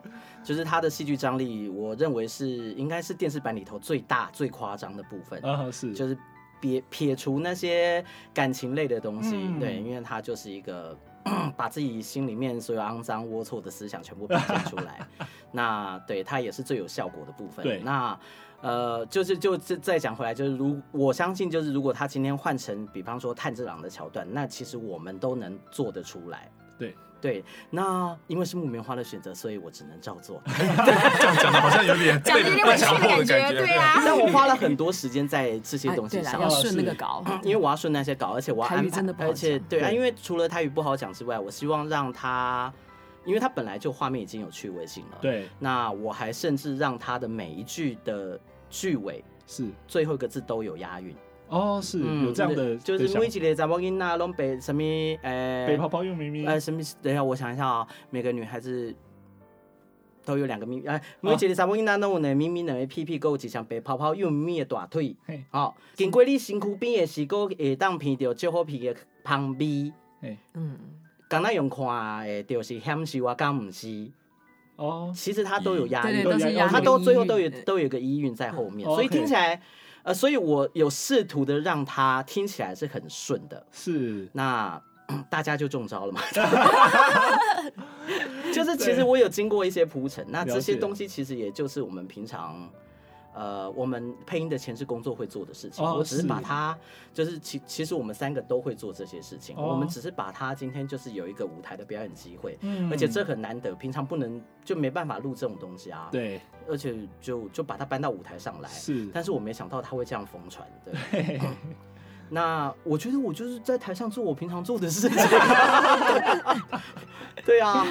S3: 就是他的戏剧张力，我认为是应该是电视版里头最大最夸张的部分。
S1: 啊是，
S3: 就是撇撇除那些感情类的东西，
S1: 嗯
S3: 对，因为他就是一个 把自己心里面所有肮脏龌龊的思想全部表现出 来，那对他也是最有效果的部分。
S1: 对
S3: 那。呃，就是就再再讲回来，就是如我相信，就是如果他今天换成，比方说炭治郎的桥段，那其实我们都能做得出来。
S1: 对
S3: 对，那因为是木棉花的选择，所以我只能照 做。
S2: 这样讲的好像有点
S5: 讲的有点 委屈
S2: 强
S5: 的
S2: 迫
S5: 感
S2: 的
S5: 觉，
S2: 觉，
S5: 对啊。
S3: 但我花了很多时间在这些
S4: 哎
S3: 东西
S4: 对啦，
S3: 上，
S4: 要
S1: 哦
S4: 顺那
S1: 是
S4: 个 稿，
S3: 嗯因为我要顺那些稿，而且我要
S4: 台语
S3: 安排，
S4: 真的不好
S3: 而且
S4: 讲
S3: 对啊，
S1: 对
S3: 因为除了台语不好讲之外，我希望让它，因为它本来就画面已经有趣味性了，，
S1: 对
S3: 那我还甚至让它的每一句的句尾
S1: 是
S3: 最后一个字都有押韵，
S1: 哦是有这样的，
S3: 嗯就
S1: 的
S3: 是
S1: 想
S3: 每一个查某囡仔拢被什么呃
S1: 北泡泡又咪咪，
S3: 呃什么，等一下我想一下啊、每个女孩子。都有两个咪咪，哎，每一个查某囡仔拢有两个咪咪，两个屁屁，还有一双白泡泡，又咪的大腿。
S1: 嘿
S3: 哦，经过你身躯边的是个会当闻到最好闻的香味，
S1: 嘿
S4: 嗯，
S3: 敢若用看的，就是享受啊，敢毋是？
S1: 哦
S3: 其实它都有押
S4: 对对，
S3: 韵，
S4: 都
S1: 有
S4: 是嗯
S1: 押
S4: 押
S1: 韵
S3: 它都最后都有
S4: 对
S3: 都有个依韵在后
S1: 嗯
S3: 面，所以
S1: OK
S3: 听起来，呃，所以我有试图的让它听起来是很顺的，
S1: 是
S3: 那。 大家就 中招了嘛，就是其实我有经过一些铺陈，那这些
S1: 了解
S3: 东西其实也就是我们平常，呃，我们配音的前置工作会做的事情。
S1: 哦
S3: 我只
S1: 是
S3: 是把它，就是其其实我们三个都会做这些事情，
S1: 哦
S3: 我们只是把它今天就是有一个舞台的表演机会，
S1: 嗯
S3: 而且这很难得，平常不能就没办法录这种东西啊。，
S1: 对
S3: 而且就就把它搬到舞台上来，哦
S1: 是，
S3: 但是我没想到它会这样疯传，对。那我觉得我就是在台上做我平常做 的事情，对啊，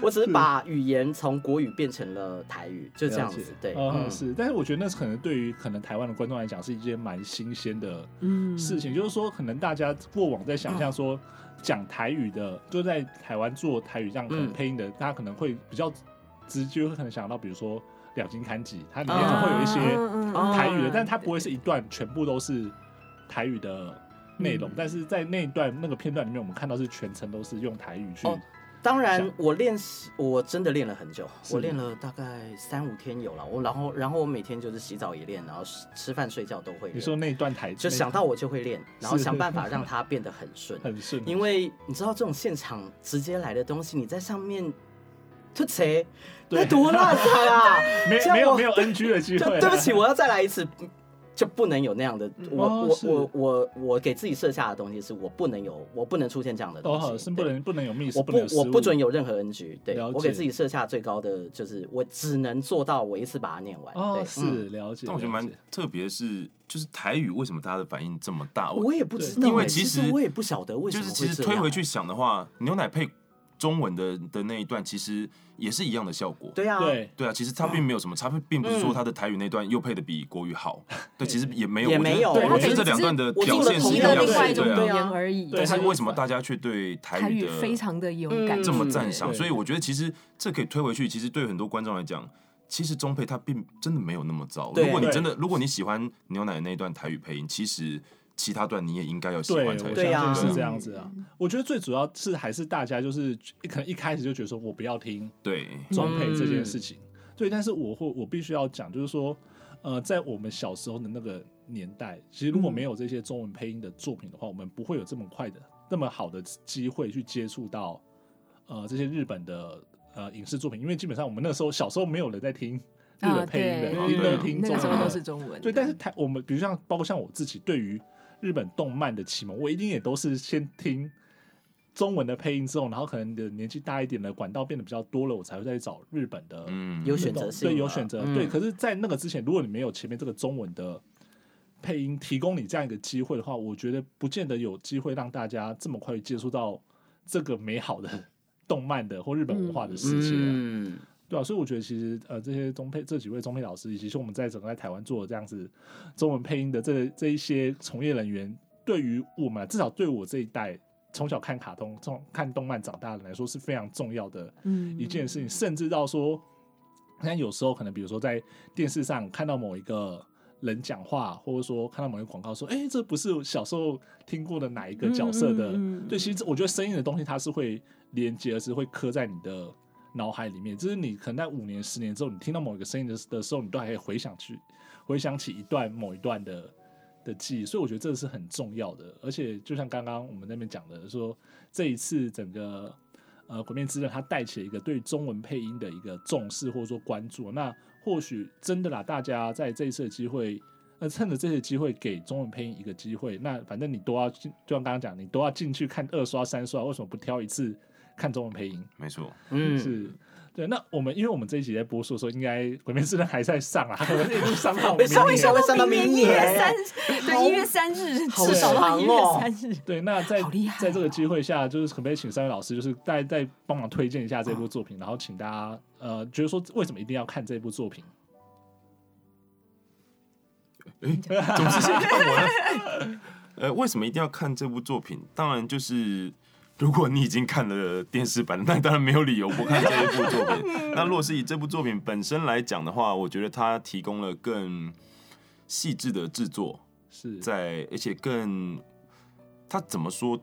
S3: 我只是把语言从国语变成了台语，就这样
S1: 了
S3: 子
S1: 解，
S3: 对，
S1: 嗯
S3: 嗯，
S1: 是，但是我觉得那是可能对于可能台湾的观众来讲是一件蛮新鲜的
S4: 嗯
S1: 事情，就是说可能大家过往在想象
S3: 嗯
S1: 说讲台语的，就在台湾做台语这样可能
S3: 嗯
S1: 配音的，大家可能会比较直接，会可能想到比如说两金刊集，它里面
S3: 啊
S1: 就会有一些
S4: 嗯嗯嗯
S1: 台语的，
S4: 嗯
S1: 但它不会是一段全部都是台语的。内
S3: 嗯
S1: 容，但是在那一段那个片段里面，我们看到是全程都是用台语去
S3: 哦当然
S1: 像，
S3: 我练习我真的练了很久，
S1: 是
S3: 我练了大概三五天有了。我然后然后我每天就是洗澡也练，然后吃吃饭睡觉都会
S1: 你
S3: 练。
S1: 说那一段台
S3: 就想到我就会练，然后
S1: 是。
S3: 想办法让它变得很顺
S1: 很顺，啊
S3: 因为你知道这种现场直接来的东西，你在上面吐谁？
S1: 对
S3: 那多烂惨啊！
S1: 没
S3: 像
S1: 没有
S3: 我
S1: 没有 NG 的机
S3: 就
S1: 会，啊
S3: 对不起，我要再来一次，就不能有那样的。我、
S1: 哦是
S3: 我我我我给自己设下的东西是我不能有，我不能出现这样的
S1: 都
S3: 东西。
S1: 哦好，是不
S3: 对
S1: 能不能有 miss，
S3: 我
S1: 能
S3: 不
S1: 有失误
S3: 我不准有任何 NG，对
S1: 了解
S3: 我给自己设下最高的就是我只能做到我一次把它念完。
S1: 哦
S3: 对，，嗯
S1: 是了解，
S2: 但我觉得蛮
S1: 了解
S2: 特别，是就是台语为什么大家的反应这么大？
S1: 哦
S3: 我也不知道欸，
S2: 因为
S3: 其
S2: 其实
S3: 我也不晓得为什
S2: 就
S3: 么
S2: 是
S3: 会
S2: 其实
S3: 这
S2: 推
S3: 样啊
S2: 回去想的话，牛奶配中文的的那一段其实也是一样的效果。
S3: 对啊，
S1: 对
S2: 对啊，其实它并没有什么差别，并不是说它的台语那段又配的比国语好，对，其实也没有，
S3: 也
S2: 我觉得
S3: 没有
S2: 对
S3: 对
S2: 我觉得
S4: 它
S2: 哦这两段的
S3: 只是
S2: 表
S3: 我做了
S2: 现是
S3: 同
S2: 一
S4: 同
S2: 样
S3: 样
S4: 的
S2: 的，
S4: 另外一种
S2: 对
S4: 语
S2: 啊。
S4: 言而已。
S1: 对
S2: 但是
S1: 它就
S2: 为什么大家却对台
S4: 台
S2: 语
S4: 语
S2: 的
S4: 非常的有感觉，
S3: 嗯
S2: 这么赞赏，
S1: 对
S2: 所以我觉得其实这可以推回去。其实对很多观众来讲，其实中配它并真的没有那么糟。
S3: 对
S2: 如果你
S1: 对
S2: 真的，如果你喜欢牛奶的那一段台语配音，其实其他段你也应该要喜
S1: 对，
S2: 欢才
S1: 我
S3: 对
S1: 相
S3: 啊
S1: 信是
S3: 嗯
S1: 这样子啊。我觉得最主要是还是大家就是可能一开始就觉得说我不要听
S2: 对
S1: 中配这件
S3: 嗯
S1: 事情，对，但是我会我必须要讲，就是说，呃，在我们小时候的那个年代，其实如
S4: 嗯
S1: 果没有这些中文配音的作品的话，我们不会有这么快的那么好的机会去接触到呃这些日本的呃影视作品，因为基本上我们那时候小时候没有人在听。日
S4: 啊
S1: 本配音的，
S4: 对
S1: 一直都
S2: 嗯
S1: 听啊
S4: 那
S1: 中文
S4: 个时
S1: 的，
S4: 候都是中文的。
S1: 对，但是台我们比如像包括像我自己对于日本动漫的启蒙，我一定也都是先听中文的配音之后，然后可能你的年纪大一点了，管道变得比较多了，我才会再去找日本的
S2: 嗯，
S3: 有
S1: 日
S3: 选
S1: 动
S3: 择性了，
S1: 对，有选择，
S3: 嗯
S1: 对。可是，在那个之前，如果你没有前面这个中文的配音提供你这样一个机会的话，我觉得不见得有机会让大家这么快地接触到这个美好的动漫的或日本文化的世界啊、
S3: 嗯，
S1: 对啊，所以我觉得其实呃，这些中配这几位中配老师，以及是我们在整个在台湾做的这样子啊中文配音的这这一些从业人员，对于我们至少对我这一代从小看卡通、从看动漫长大的来说是非常重要的
S4: 嗯
S1: 一件事情，甚至到说，那有时候可能比如说在电视上看到某一个人讲话，或者说看到某一个广告说，哎、这不是小时候听过的哪一个角色的？
S4: 嗯嗯嗯嗯
S1: 对，其实我觉得声音的东西它是会连接，而是会刻在你的。脑海里面，就是你可能在五年、十年之后，你听到某一个声音的的时候，你都还可以回想去回想起一段某一段的的记忆，所以我觉得这是很重要的。而且就像刚刚我们那边讲的，说这一次整个呃《鬼面之刃》它带起了一个对中文配音的一个重视或者说关注。那或许真的啦，大家在这一次的机会，呃，趁着这次机会给中文配音一个机会。那反正你都要进，就像刚刚讲，你都要进去看二刷、三刷，为什么不挑一次看中文配音？
S2: 没错，
S3: 嗯，
S1: 是。对，那我们因为我们这一集在播出的时候，应该《鬼面之刃》还在上 啦，我们一路上到明
S3: 稍微
S1: 年
S3: 稍微上到
S4: 明
S3: 明
S4: 年一月
S3: 年
S4: 三，对一月三日，
S3: 好
S4: 至少到
S3: 长
S4: 一月
S3: 哦
S4: 三日。
S1: 对，那在、
S4: 好厉害哦
S1: 在这个机会下，就是可不可以请三位老师，就是大家再帮忙推荐一下这部作品，然后请大家呃，觉得说为什么一定要看这部作品？
S2: 总是先看我呢。 呃，为什么一定要看这部作品？当然就是，如果你已经看了电视版，那当然没有理由不看这一部作品。那若是以这部作品本身来讲的话，我觉得它提供了更呃细致的制作，
S1: 是
S2: 在而且更，它怎么说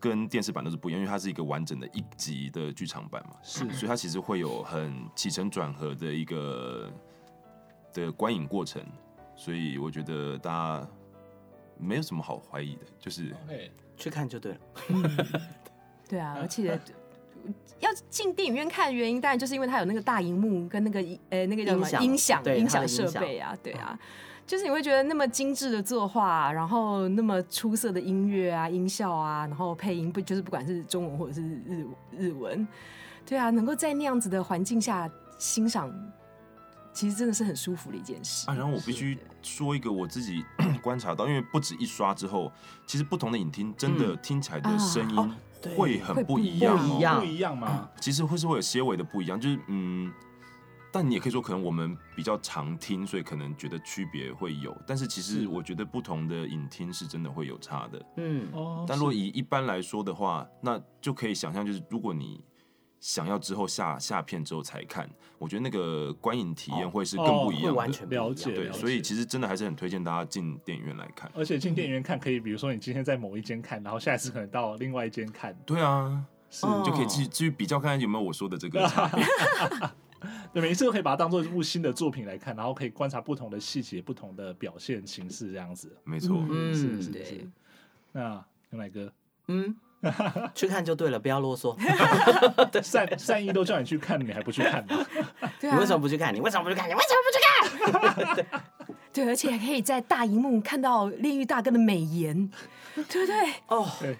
S2: 跟电视版都是不一样，因为它是一个完整的一集的剧场版嘛，
S1: 是
S2: 所以它其实会有很起承转合的一个的观影过程，所以我觉得大家没有什么好怀疑的，就是
S1: ，OK，
S3: 去看就对了。
S4: 对
S2: 嗯
S4: 啊，而且要进电影院看的原因，当然就是因为它有那个大荧幕跟那个音呃那个叫什
S3: 音
S4: 么
S3: 响
S4: 音响
S3: 对
S4: 音
S3: 它
S4: 响
S3: 的音
S4: 设
S3: 响嗯
S4: 备啊，对啊。就是你会觉得那么精致的作画，然后那么出色的音乐啊、音效啊，然后配音不就是不管是中文或者是日日文，对啊，能够在那样子的环境下欣赏，其实真的是很舒服的一件事。
S2: 啊，然后我必须说一个我自己 观察到，因为不止一刷之后，其实不同的影厅真的听起来的声音嗯啊哦会很不一样、
S3: 会不
S2: 哦
S3: 一样
S1: 不一样吗？
S2: 其实会是会有些微的不一样，就是嗯，但你也可以说，可能我们比较常听，所以可能觉得区别会有，但是其实
S1: 是
S2: 我觉得不同的影厅是真的会有差的。
S3: 嗯，
S1: 哦，
S2: 但如果以一般来说的话，那就可以想象，就是如果你想要之后下下片之后才看，我觉得那个观影体验
S3: 哦
S2: 会是更不一
S3: 会
S2: 样的。
S3: 完全不一样哦
S1: 了解
S2: 对，所以其实真的还是很推荐大家进电影院来看。
S1: 而且进电影院看可以，比如说你今天在某一间看，然后下一次可能到另外一间看，
S2: 对啊，
S1: 是
S3: 哦
S2: 就可以去去比较看看有没有我说的这个差 别。
S1: 对，每一次都可以把它当做一部新的作品来看，然后可以观察不同的细节、不同的表现形式这样子。
S2: 没错，
S3: 嗯
S1: 是是
S4: 对
S1: 是。那牛奶哥，
S3: 嗯，去看就对了，不要啰嗦。
S1: 善善意都叫你去看，你还不去看吗？
S4: 对
S3: 你
S4: 啊，
S3: 为什么不去看？你为什么不去看？你为什么不去看？
S4: 对，而且还可以在大荧幕看到炼狱大哥的美颜，对不对？
S3: 哦，
S1: 对，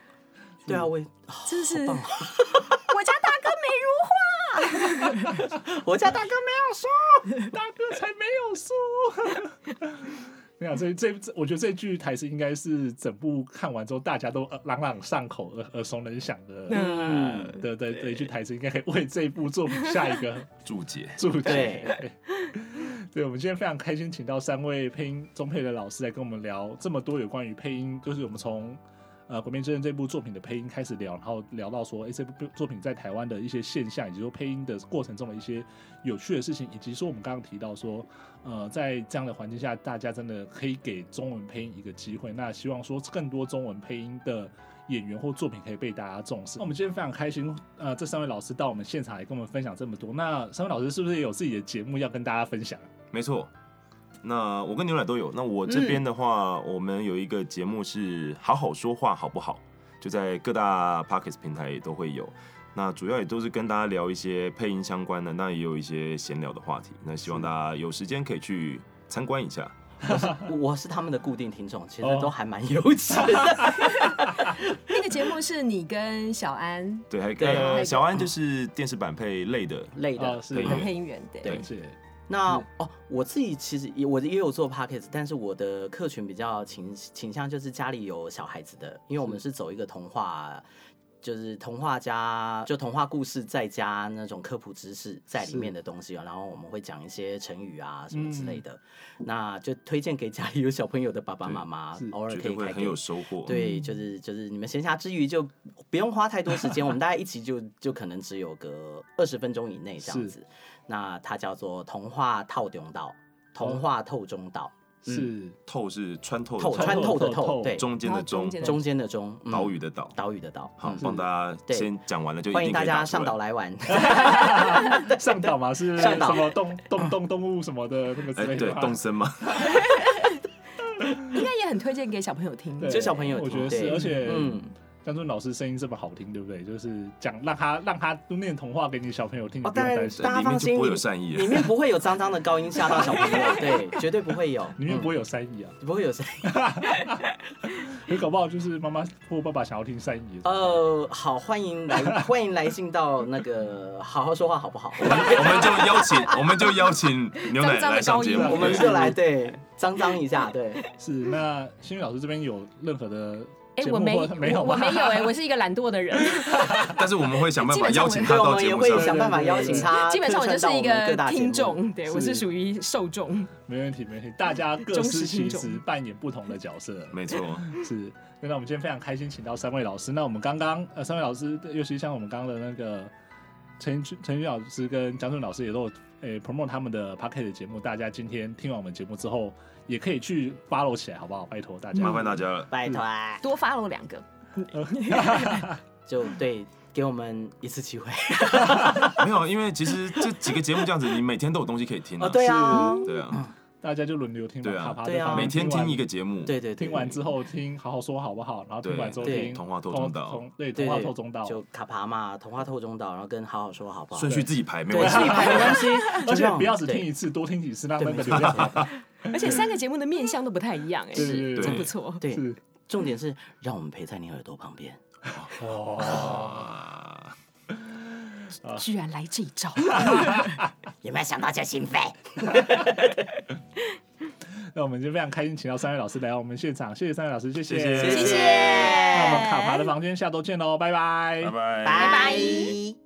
S3: 对啊，我也
S4: 真是 我家大哥美如画，
S3: 我家大哥没有说。
S1: 大哥才没有说。 没有，这这这，我觉得这句台词应该是整部看完之后大家都呃朗朗上口、耳耳熟能详的，
S4: 嗯
S1: 嗯，的的的一句台词，应该可以为这部作品下一个
S2: 注解。
S1: 注解。
S3: 对，
S1: 对，我们今天非常开心，请到三位配音中配的老师来跟我们聊这么多有关于配音，就是我们从呃《鬼灭之刃》这部作品的配音开始聊，然后聊到说，哎、这部作品在台湾的一些现象，以及说配音的过程中的一些有趣的事情，以及说我们刚刚提到说，呃，在这样的环境下，大家真的可以给中文配音一个机会。那希望说更多中文配音的演员或作品可以被大家重视。那我们今天非常开心，呃，这三位老师到我们现场来跟我们分享这么多。那三位老师是不是也有自己的节目要跟大家分享？
S2: 没错。那我跟牛奶都有。那我这
S3: 嗯
S2: 边的话，我们有一个节目是《好好说话好不好》，就在各大 p o c k e t 平台也都会有。那主要也都是跟大家聊一些配音相关的，那也有一些闲聊的话题。那希望大家有时间可以去参观一下。
S3: 我是他们的固定听众，其实
S1: 哦
S3: 都还蛮有钱的。
S4: 那个节目是你跟小安
S2: 对，还
S3: 对嗯
S2: 呃，小安就是电视版配类的，
S3: 累的
S1: 哦，是
S2: 对
S4: 的配音员对。
S3: 对
S1: 了解
S3: 那
S2: 嗯
S3: 哦，我自己其实也我也有做 p o c k e t 但是我的客群比较倾倾向就是家里有小孩子的，因为我们是走一个童话。就是童话家，就童话故事再加那种科普知识在里面的东西啊。然后我们会讲一些成语啊什么之
S2: 嗯
S3: 类的，那就推荐给家里有小朋友的爸爸妈妈
S1: 对是，
S3: 偶尔
S2: 绝
S3: 可
S2: 对
S3: 以
S2: 会
S3: 开
S2: 很
S3: 给
S2: 有。收获。，
S3: 对，
S1: 嗯
S3: 就是就是你们闲暇之余就不用花太多时间，我们大概一集就就可能只有个二十分钟以内这样
S1: 是
S3: 子。那它叫做童话透中道，
S1: 哦
S3: 童话透中道，
S1: 是
S2: 透是穿透的
S3: 透穿透的
S1: 透透
S3: 透，对，
S2: 中间的
S4: 中
S2: 中，
S4: 间的
S3: 中间的中，嗯
S2: 岛屿的岛。
S3: 岛屿的岛。
S2: 好
S3: 嗯，
S2: 帮大家
S3: 对
S2: 先讲完了，就一定
S3: 欢迎大
S2: 可以打
S3: 家
S2: 出
S3: 上
S2: 来
S3: 岛来 玩。
S1: 上岛嘛？是
S3: 上岛
S1: 什么动动动动物什么的那个之
S2: 哎，
S1: 类
S2: 对
S1: 的，吗？
S2: 动森嘛，
S4: 应该也很推荐给小朋友听。
S1: 对
S3: 就小朋友
S1: 我觉得
S3: 听
S1: 是，
S3: 对
S1: 而且
S3: 嗯，
S1: 江尊老师声音这么好听，对不对？就是讲让他让他念童话给你小朋友听，你
S3: 哦，
S1: 不
S3: 当
S1: 用
S3: 然
S1: 担，心，
S3: 大家
S2: 里
S3: 放
S2: 面就
S3: 心，
S2: 不会
S3: 里
S2: 有善意
S3: 里面不会有脏脏的高音吓到小朋友，对，绝对不会有，
S1: 里面不会
S3: 会
S1: 有善意啊。
S3: 不会有声音。
S1: 有搞不好就是妈妈或爸爸想要听善意。
S2: 哦
S3: 呃，好，欢迎来，欢迎来信到那个好好说话好不好？我们
S2: 我们就邀请，我们就邀请牛奶
S4: 脏脏的
S2: 来上
S4: 高音
S2: 节目，
S3: 我们
S2: 对
S3: 就来对脏脏一下， 对，
S1: 是，那新宇老师这边有任何的
S4: 哎、
S1: 节
S4: 我
S1: 目
S4: 没
S1: 或 没有
S4: 我
S1: 吗？
S4: 没有哎、我是一个懒惰的人，
S2: 但是我们会想办
S4: 基
S2: 法
S4: 本上
S2: 邀请他
S3: 对，我
S2: 到
S3: 们
S2: 节
S3: 也
S2: 目
S3: 会
S2: 上。
S3: 想办法邀请他，
S4: 基本上我就是一
S3: 啊客串到我们各
S4: 个
S3: 大节目
S4: 听，众，对我是
S1: 是
S4: 属于受众。
S1: 没问题，没问题。大家各
S4: 忠实
S1: 司其
S4: 听众
S1: 职，扮演不同的角色。
S2: 没错，
S1: 是，那我们今天非常开心，请到三位老师。那我们刚刚呃，三位老师，尤其像我们刚刚的那个陈俊陈俊老师跟江顺老师也都有诶、promote 他们的 p o c k e t 节目，大家今天听完我们节目之后，也可以去 follow 起来，好不好？拜托大家，
S2: 麻烦大家了。
S3: 拜托啊，
S4: 多 follow 两个，
S3: 就对，给我们一次机会。
S2: 没有，因为其实这几个节目这样子，你每天都有东西可以听
S1: 嗯
S3: 哦，
S2: 啊。
S3: 对啊，
S2: 对啊，
S1: 大家就轮流听嘛，
S2: 对啊
S1: 啪啪
S3: 对
S1: 的
S3: 啊
S1: 方面
S2: 每天
S1: 完
S2: 听一个节目，
S3: 对对对，
S1: 听完之后听好好说好不好？然后听完之后
S3: 对
S1: 听
S2: 童话透中道
S1: 童对
S3: 对
S1: 童话透中道，
S3: 就卡爬嘛，童话透中岛，然后跟好好说好不好？
S2: 顺序自己排，没
S3: 对，
S2: 问
S3: 自己
S2: 题。
S3: 排没关系，
S1: 而且不要只
S3: 是
S1: 听一次，多听几次，让
S3: 对
S1: 那个
S3: 没
S1: 流
S3: 错
S1: 量
S4: 而且三个节目的面向都不太一样哎、
S1: 对对
S4: 是
S1: 对
S4: 真不错。
S3: 对，
S1: 是
S3: 重点是让我们陪在你耳朵旁边。
S1: 哦。
S2: 啊
S4: 居然来这一招，
S3: 有没有想到这心扉？
S1: 那我们就非常开心，请到三位老师来到我们现场，谢谢三位老师，谢谢
S2: 谢谢谢
S4: 谢谢。
S1: 那我们卡牌的房间下周见喽，拜拜，
S2: 拜拜
S3: 拜拜。